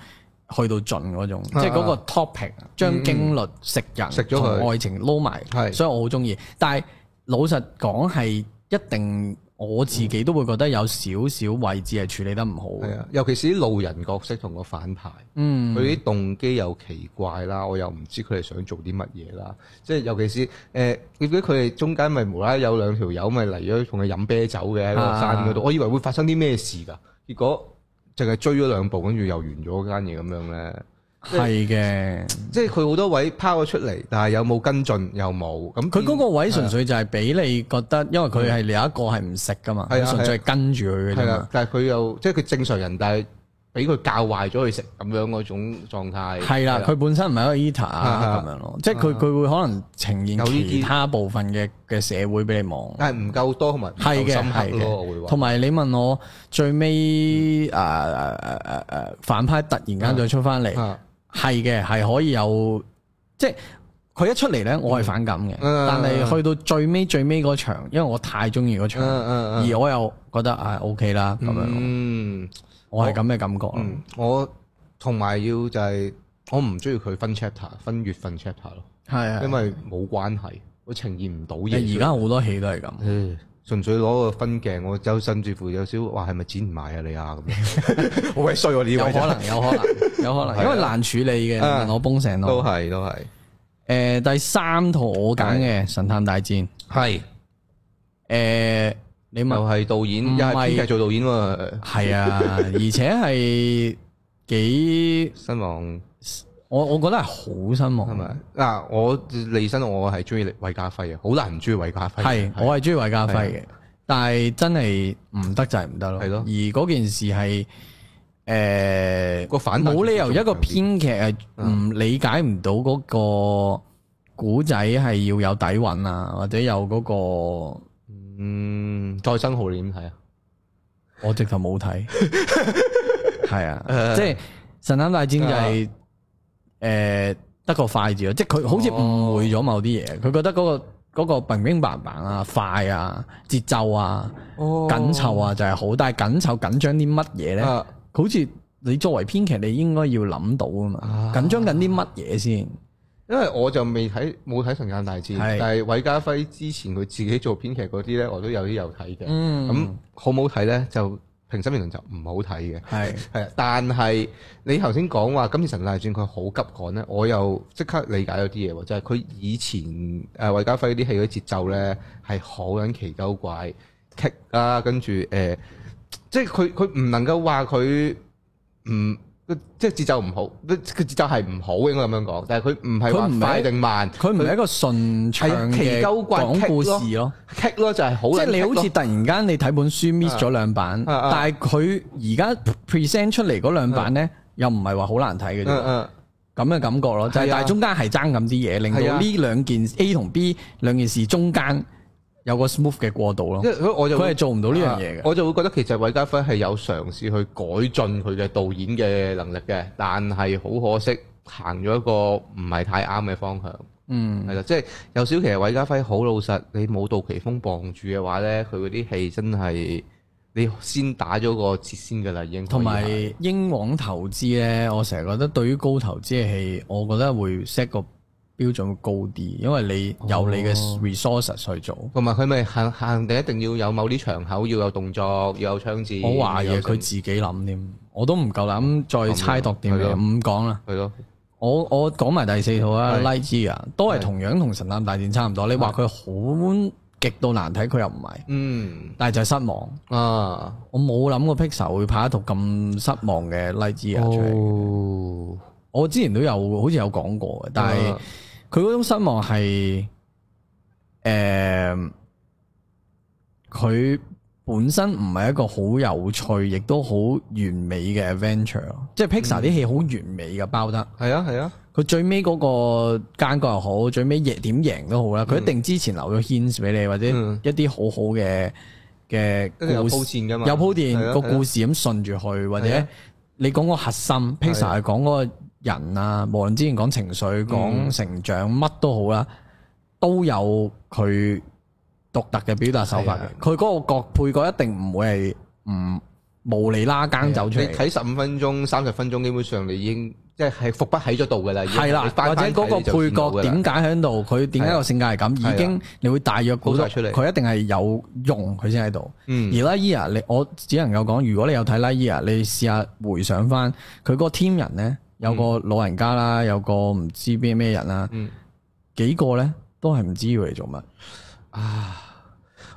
B: 去到盡嗰種，即
A: 啊嗯
B: 係嗰個 topic，將經律食人
A: 食咗
B: 同
A: 佢
B: 愛情撈埋，
A: 係
B: 所以我好中意。但係老實講係一定我自己都會覺得有少少位置係處理得唔好嘅。
A: 係啊，尤其是啲路人角色同個反派。
B: 嗯，
A: 佢啲動機又奇怪啦，我又唔知佢哋想做啲乜嘢啦。即係尤其是誒，呃你記唔記得佢哋中間咪無啦啦有兩條友咪嚟咗同佢飲啤酒嘅喺
B: 啊
A: 個山嗰度，我以為會發生啲咩事㗎，結果淨係追咗兩步，跟住又完咗間嘢咁樣咧。
B: 係嘅，
A: 即係佢好多位拋咗出嚟，但係有冇跟進又冇。咁
B: 佢嗰個
A: 啊
B: 位純粹就係俾你覺得，因為佢係有一個係唔食噶嘛，
A: 係啊
B: 純粹係啊跟住佢
A: 係
B: 嘅
A: 啊
B: 啫
A: 啦
B: 嘛。，
A: 但係佢又即係佢正常人，但係俾佢教壞咗佢食咁樣嗰種狀態。
B: 係啦，佢本身唔係一個 eater 啊
A: 啊
B: 咁樣咯，即係佢佢會可能呈現
A: 有呢啲
B: 其他部分嘅嘅社會俾你望。
A: 但係唔夠多同埋唔
B: 係
A: 夠
B: 嘅，
A: 深
B: 係
A: 刻咯，我會
B: 嘅。
A: 話。嗯
B: 同埋你問我最尾啊誒誒誒誒啊反派突然間再出翻嚟，
A: 啊
B: 係嘅，係可以有即係佢一出嚟咧，我係反感嘅。
A: 嗯
B: 但係去到最尾最尾嗰場，因為我太中意嗰
A: 嗯
B: 場。
A: 嗯嗯
B: 而我又覺得啊 OK 啦咁樣咯，
A: 嗯
B: 我係咁嘅感覺咯。
A: 嗯，我同埋要就係我唔中意佢分 chapter、分月份 chapter 咯，
B: 係啊，
A: 因為冇關係，我呈現唔到嘢。
B: 而家好多戲都係咁，
A: 唉純粹攞個分鏡，我就甚至乎有少話係咪剪唔埋啊你啊咁樣， 好鬼衰喎呢
B: 有
A: 位
B: 可
A: 真係
B: 能 有可能有可
A: 係啊
B: 能，因為難處理嘅。
A: 啊
B: 問我崩成
A: 都
B: 咯。
A: 係都係
B: 誒第三套我揀嘅《神探大戰》
A: 係
B: 誒，你
A: 又
B: 問
A: 係導演
B: 唔係
A: 又啊係編劇做導演喎，
B: 係啊，而且係幾
A: 新郎
B: 我我覺得係好失
A: 係
B: 望。
A: 咪？嗱，我利申我係中意韋家輝啊，好難唔中意韋家輝。
B: 係我係中意韋家輝嘅，但係真係唔得就係唔得咯。
A: 啊係咯
B: 而嗰件事係誒。
A: 個反嗯派
B: 冇理由一個
A: 做得強啲
B: 編劇係唔理解唔到嗰個古仔係要有底韻啊，或者有嗰、個
A: 嗯再生號你點睇啊？
B: 我直頭 冇睇，係啊，
A: 誒啊
B: 即係《神探大戰》就係誒得個快字咯，即係佢好似誤會咗某啲嘢，佢、覺得嗰、個嗰、個平平白白啊、快啊、節奏啊、
A: 哦
B: 緊湊啊就係好，但係緊湊緊張啲乜嘢咧？
A: 啊
B: 好似你作為編劇，你應該要諗到啊嘛
A: 啊，
B: 緊張緊啲乜嘢先？
A: 因為我就未睇冇睇《神探大戰》，
B: 係
A: 但係韋家輝之前佢自己做編劇嗰啲咧，我都有啲有睇嘅。咁、
B: 嗯
A: 好唔好睇咧？就平心而論就唔好睇嘅。
B: 係
A: 係啊，但係你頭先講話今次《神探大戰》佢好急趕咧，我又即刻理解咗啲嘢喎，就係、佢以前誒韋家輝啲戲嗰啲節奏咧係好撚奇鳩怪棘啊，跟住誒、呃即係佢佢唔能夠話佢唔。即係節奏唔好，佢佢節奏係唔好應該咁樣講，但係佢唔係
B: 佢唔係
A: 話快定慢，
B: 佢唔係一個順暢
A: 係
B: 嘅
A: 奇鳩怪
B: 講故事咯，
A: 棘咯就係好
B: 即係
A: 撚棘咯。
B: 你好似突然間你睇本書 miss 咗兩版，
A: 啊啊啊
B: 但係佢而家 present 出嚟嗰兩版咧，又唔係話好難睇嘅
A: 嗯
B: 啫，
A: 嗯
B: 咁嘅感覺咯，就
A: 係
B: 係
A: 啊
B: 但係中間係爭咁啲嘢，令
A: 係
B: 到
A: 啊
B: 呢兩件 A 同 B 兩件事中間有個 smooth 嘅過渡咯
A: 因，為佢我就會
B: 佢係做唔到呢樣嘢嘅
A: 啊我就會覺得其實韋家輝係有嘗試去改進佢嘅導演嘅能力嘅，但係好可惜行咗一個唔係太啱嘅方向，
B: 嗯，
A: 係啦、即係有少其實韋家輝好老實，你冇杜琪峰傍住嘅話呢，佢嗰啲戲真係你先打咗個折先㗎啦，已經可以
B: 同埋
A: 係
B: 英皇投資咧，我成日覺得對於高投資嘅戲，我覺得會 set 個標準會高啲，因為你有你嘅
A: 哦
B: resources 去做。
A: 同埋佢咪限限定一定要有某啲場口要有動作，要有槍戰。
B: 我懷疑
A: 要有
B: 佢自己諗添，我都唔夠膽再猜度啲
A: 係
B: 嘢，
A: 咯
B: 唔講啦。
A: 係咯，
B: 我我講埋第四套啊
A: 係
B: ，Lightyear 都係
A: 係
B: 同樣同神探大戰差唔多。你話佢好極到難睇，佢又唔係，
A: 嗯
B: 但係就係失望。
A: 啊，
B: 我冇諗過 Pixar 會拍一套咁失望嘅 Lightyear 出嚟。
A: 哦，
B: 我之前都有好似有講過嘅，但係
A: 啊
B: 佢嗰種失望係誒，佢、本身唔係一個好有趣，亦都好完美嘅 adventure 咯。即係
A: 嗯
B: Pixar 啲戲好完美嘅包得，
A: 係啊係啊，
B: 佢最尾嗰個奸角又好，最尾贏點贏都好啦。佢一定之前留咗 hints 俾你，或者
A: 嗯
B: 一啲好好嘅嘅
A: 跟住有
B: 故
A: 鋪
B: 事。
A: 線㗎嘛，
B: 有鋪
A: 係
B: 墊
A: 啊
B: 個
A: 係啊
B: 故事咁順住去，或
A: 係
B: 者
A: 啊
B: 你講個核心，Pixar 係講嗰個人啊，無論之前講情緒、
A: 嗯
B: 講成長乜都好啦，都有佢獨特嘅表達手法
A: 係啊
B: 嘅。佢嗰個角配角一定唔會係唔無厘啦更走出
A: 啊你
B: 嚟，
A: 睇十五分鐘、三十分鐘，基本上你已經即係伏筆喺咗度㗎啦。已經
B: 係啦
A: 你，翻
B: 或者
A: 翻
B: 嗰個
A: 睇你
B: 配
A: 就見
B: 角點解喺度，佢點解個性格
A: 係
B: 係咁，
A: 啊
B: 已經你會大約估
A: 估
B: 到
A: 晒出嚟
B: 佢一定係有用佢先喺度。
A: 到㗎啦？
B: 而 Lightyear 你我只能夠講，如果你有睇 Lightyear，你試下回想翻佢嗰個 team 人咧，有個老人家啦，有個唔知邊咩人啦，
A: 嗯嗯嗯
B: 幾個咧都係唔知要嚟做乜。
A: 啊，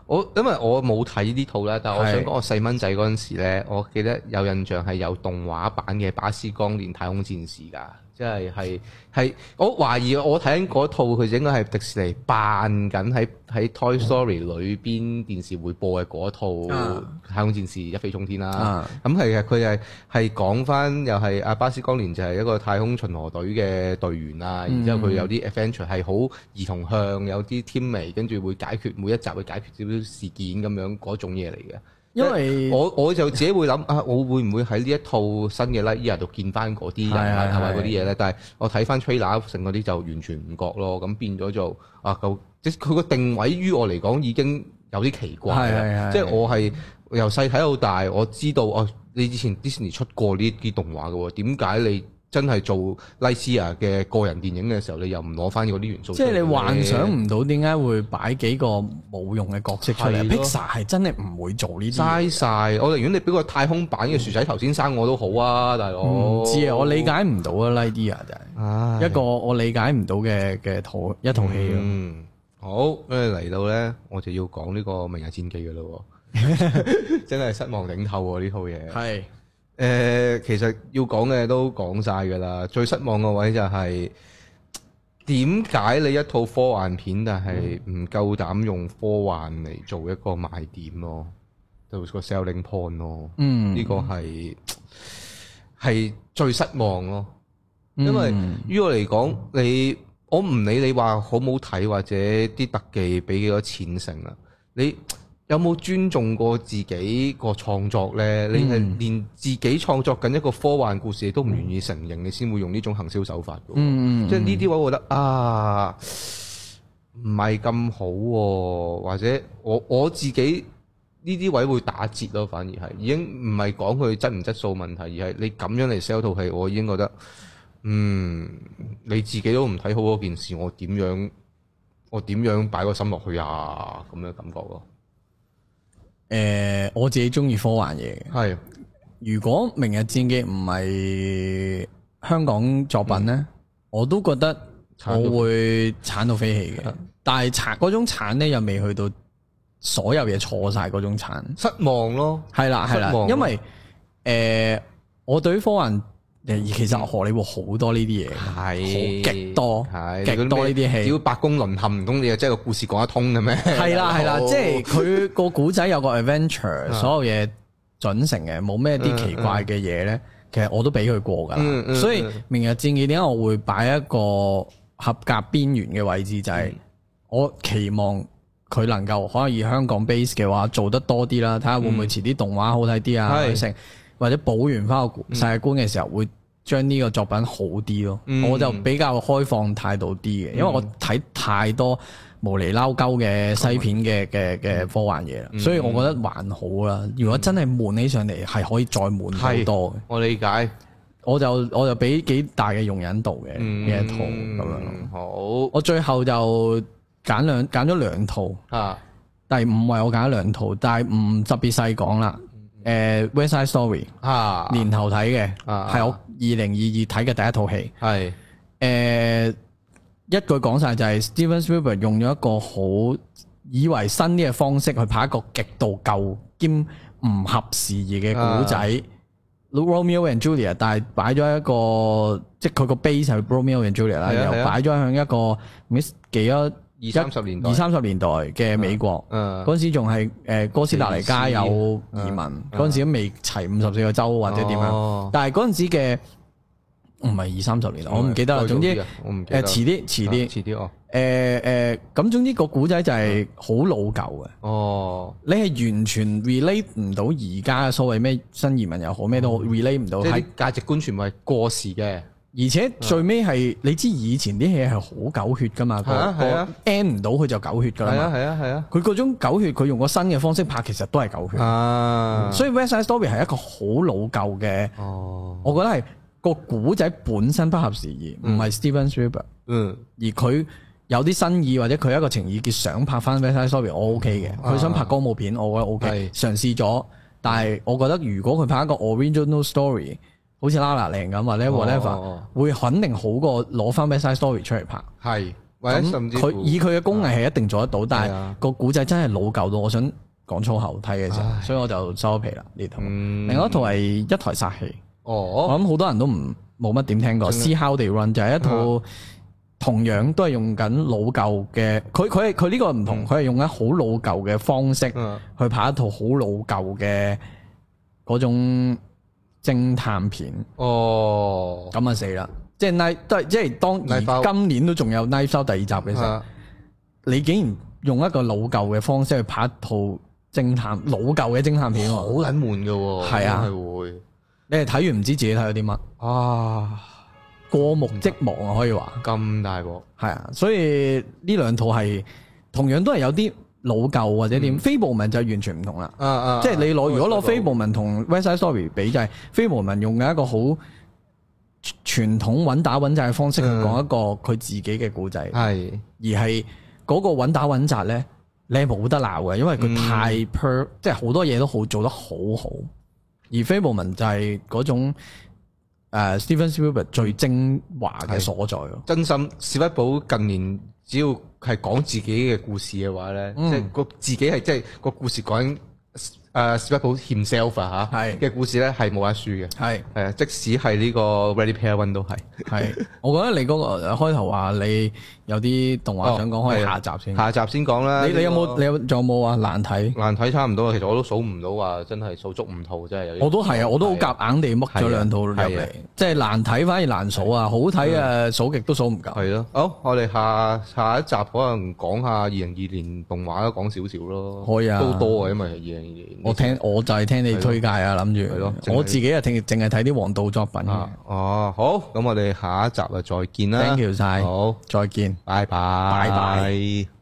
A: 我因為我冇睇呢套啦，但係我
B: 係
A: 想講我細蚊仔嗰陣時咧，我記得有印象係有動畫版嘅巴斯光年太空戰士㗎。即係係係，我懷疑我睇緊嗰套佢應該係迪士尼扮緊喺喺 Toy Story 裏邊電視會播嘅嗰套《
B: 啊
A: 太空戰士一飛沖天》啦。
B: 啊
A: 咁係嘅，佢係係講翻又係啊阿巴斯光年就係一個太空巡河隊嘅隊員啦，然之後佢有啲 adventure 係好兒童向，有啲 team 嚟，跟住會解決每一集會解決少少事件咁樣嗰種嘢嚟嘅。
B: 因為
A: 我我就自己會諗啊，我會唔會喺呢一套新嘅 Light Year 度見翻嗰啲人
B: 係
A: 啊，
B: 係
A: 同埋嗰啲嘢咧？但係我睇翻 trailer 成嗰啲就完全唔覺咯，咁變咗就啊，夠即係佢個定位於我嚟講已經有啲奇怪
B: 係係
A: 啦。
B: 係
A: 即係我係由細睇到大，我知道哦、你以前 Disney 出過呢啲動畫嘅喎，點解你真係做 Light Year 嘅個人電影嘅時候，你又唔攞翻嗰啲元素出
B: 即
A: 嚟
B: 係
A: 咧？
B: 你幻想唔到點解會擺幾個冇用嘅角色出嚟
A: 係咯
B: ，Pixar 係真係唔會做呢啲嘢。
A: 嘥晒！我寧願你俾個太空版嘅薯仔頭先生我都好啊，大佬。
B: 唔知啊，我理解唔到啊，Lightyear 就係
A: 唉
B: 一個我理解唔到嘅嘅套一套啊戲咯。
A: 嗯，好，跟住嚟到咧，我就要講呢個《明日戰記》嘅咯 喎，真係失望頂透喎呢套嘢。誒、
B: 係
A: 其實要講嘅都講晒㗎啦，最失望嘅位就係、點解你一套科幻片，但係
B: 嗯
A: 唔夠膽用科幻嚟做一個賣點咯，做個 selling point 咯。
B: 嗯
A: 呢個係係最失望咯。因為
B: 嗯
A: 於我嚟講，你我唔理你話好唔好睇或者啲特技俾幾多錢成啦，你有冇尊重過自己個創作呢？你
B: 嗯
A: 係連自己創作緊一個科幻故事，你都唔願意承認，你先會用呢種行銷手法嘅喎。
B: 嗯嗯
A: 即係呢啲位，我覺得啊，唔係咁好喎、或者我我自己呢啲位會打折咯，反而係已經唔係講佢質唔質素問題，而係你咁樣嚟 sell 套戲，我已經覺得，嗯，你自己都唔睇好嗰件事，我點樣我點樣擺個心落去啊？咁嘅感覺咯，
B: 誒，呃我自己中意科幻嘢嘅。
A: 係
B: 如果《明日戰記》唔係香港作品呢，
A: 嗯
B: 我都覺得我會鏟到飛起
A: 嗯
B: 嘅。但係鏟嗰種鏟呢，又未去到所有嘢錯晒嗰種鏟。
A: 失望咯，
B: 係啦係啦
A: 失望，
B: 因為誒、我對於科幻誒其實荷里活好多呢啲嘢，
A: 嗯係
B: 好極多
A: 係
B: 極多呢啲戲
A: 只要白宮淪陷，唔通你即係個故事講得通嘅咩？
B: 係啦係啦，
A: 大佬
B: 即係佢個古仔有個 adventure，所有
A: 啊
B: 嘢準成嘅，冇咩啲奇怪嘅嘢咧。其實我都俾佢過㗎
A: 嗯
B: 啦，
A: 嗯
B: 所以
A: 嗯
B: 明日戰記點解我會擺一個合格邊緣嘅位置，就
A: 嗯
B: 係我期望佢能夠可以香港 base 嘅話做得多啲啦，睇下會唔會遲啲動畫好睇啲啊，
A: 係
B: 或者成或者補完翻個世界觀嘅時候會。將呢個作品好啲咯，
A: 嗯
B: 我就比較開放態度啲嘅，因為我睇太多無厘撈鳩嘅西片嘅嘅嘅科幻嘢啦，
A: 嗯
B: 所以我覺得還好啦。如果真係悶起上嚟，係可以再悶好多嘅。
A: 我理解，
B: 我就我就俾幾大嘅容忍度嘅
A: 嗯
B: 呢一套咁樣咯。
A: 好
B: 我最後就揀兩揀咗兩套，
A: 啊，
B: 第五位我揀咗兩套，但係唔特別細講啦。誒《West Side Story》
A: 嗯啊，
B: 年頭睇嘅，
A: 啊
B: 係我二零二二睇嘅第一套戲。
A: 係
B: 誒、呃一句講晒就係 Steven Spielberg 用咗一個好以為新啲嘅方式去拍一個極度舊兼唔合時宜嘅古仔。Romeo
A: 啊
B: and Julia，但係擺咗一個，即係佢個 base 係 Romeo and Julia
A: 係
B: 啦，
A: 啊
B: 然後
A: 係啊
B: 擺咗向一個唔知幾多
A: 二三十年代
B: 二，三十年代嘅美國。
A: 嗯
B: 嗰陣時仲係誒哥斯達黎加有移民，
A: 嗯
B: 嗰陣時都未齊五十四個州或者點啊
A: 哦
B: 樣，但係嗰陣時嘅唔係二三十年代，我唔記得啦。
A: 嗯再早
B: 總之
A: 啲
B: 誒
A: 啊我唔記得
B: 遲啲遲啲
A: 遲啲哦，
B: 誒誒，咁總之個古仔就係好老舊嘅，
A: 哦，
B: 你係完全 relate 唔到而家嘅所謂咩新移民又好咩都好 relate 唔到，
A: 嗯即係
B: 係
A: 啲價值觀全部係過時嘅，
B: 而且最尾係你知以前啲嘢係好狗血噶嘛，個
A: 嗯係啊係
B: 個
A: 啊
B: end 唔到佢就狗血噶
A: 係
B: 啦
A: 啊
B: 嘛，
A: 係啊係啊
B: 佢嗰種狗血佢用個新嘅方式拍，其實都係狗血。
A: 啊，
B: 所以 West Side Story 係一個好老舊嘅，
A: 哦，
B: 我覺得係個古仔本身不合時宜，唔係 Steven Spielberg，
A: 嗯。
B: 而佢有啲新意或者佢一個情意結想拍翻 West Side Story，我 OK 嘅。佢想拍歌舞片，我覺得 OK，
A: 嗯係
B: 嘗試咗，但係我覺得如果佢拍一個 original story，好似 La La Land 咁或者 whatever，、
A: 哦
B: 會肯定好過攞翻 West Side Story 出嚟拍。
A: 係，或者
B: 咁
A: 甚至
B: 佢
A: 乎啊
B: 以佢嘅工藝係一定做得到，但
A: 係
B: 係
A: 啊
B: 個古仔真係老舊到我想講粗口睇嘅時候，
A: 唉
B: 所以我就收咗皮啦呢套。
A: 嗯
B: 另外一套係一台殺戲，
A: 哦，
B: 我諗好多人都唔冇乜點聽過。See How They Run 就係一
A: 啊
B: 套同樣都係用緊老舊嘅，佢佢係佢呢個唔同，佢係用緊好老舊嘅方式
A: 嗯
B: 去拍一套好老舊嘅嗰種偵探片。
A: 哦，
B: 咁啊死啦！即係 Night 都係即係當
A: Knives Out
B: 而今年都仲有 Night Show 第二集嘅時候，
A: 啊
B: 你竟然用一個老舊嘅方式去拍一套偵探老舊嘅偵探片
A: 好
B: 喎，
A: 撚悶嘅喎，
B: 係啊
A: 係
B: 你係睇完唔知自己睇咗啲乜，
A: 會啊
B: 過目即忘啊可以話
A: 咁大鑊，
B: 係啊，所以呢兩套係同樣都係有啲老舊或者點，非部文就完全唔同啦。
A: 啊啊，
B: 即係你攞如果攞非部
A: 部
B: 文同 West Side Story 比就係非部文用嘅一個好傳統穩打穩紮嘅方式去講一個佢自己嘅故仔，
A: 係
B: 而係嗰個穩打穩紮咧，你係冇得鬧嘅，因為佢太 per，、即係好多嘢都好做得好好。而 f a b l e m a n 就係嗰種、呃、Steven Spielberg 最精華嘅所在咯。
A: 真心史匹堡近年只要係講自己嘅故事嘅話咧，
B: 嗯
A: 即係個自己係即係個故事講啊緊誒史匹堡 himself 啊嚇，
B: 係
A: 嘅故事咧係冇得輸嘅，
B: 係
A: 係啊，即使係呢個 Ready Player One 都係，
B: 係，我覺得你嗰、個呃開頭話你有啲動畫想講，可以
A: 哦係
B: 下
A: 啊
B: 集先。
A: 下集先講啦。
B: 你你有
A: 呢個
B: 冇你有仲有冇啊難睇？
A: 難睇差唔多，其實我都數唔到話真係數足唔套，真係有啲
B: 我都係啊，我都好夾硬地剝咗兩套入
A: 係
B: 嚟
A: 啊，嗯
B: 即係難睇反而難數啊，好睇啊數極都數唔夠。
A: 係咯。好，我哋下下一集可能講下二零二年動畫都講少少咯。
B: 可以啊
A: 都多啊，因為二零二年
B: 我聽我就係聽你推介啊，諗
A: 係
B: 住
A: 咯淨係
B: 我自己啊，聽淨係睇啲黃道作品嘅
A: 啊。哦，好，咁我哋下一集啊，再見啦。
B: Thank you 晒
A: 好，
B: 再見。
A: 拜拜，
B: 拜拜。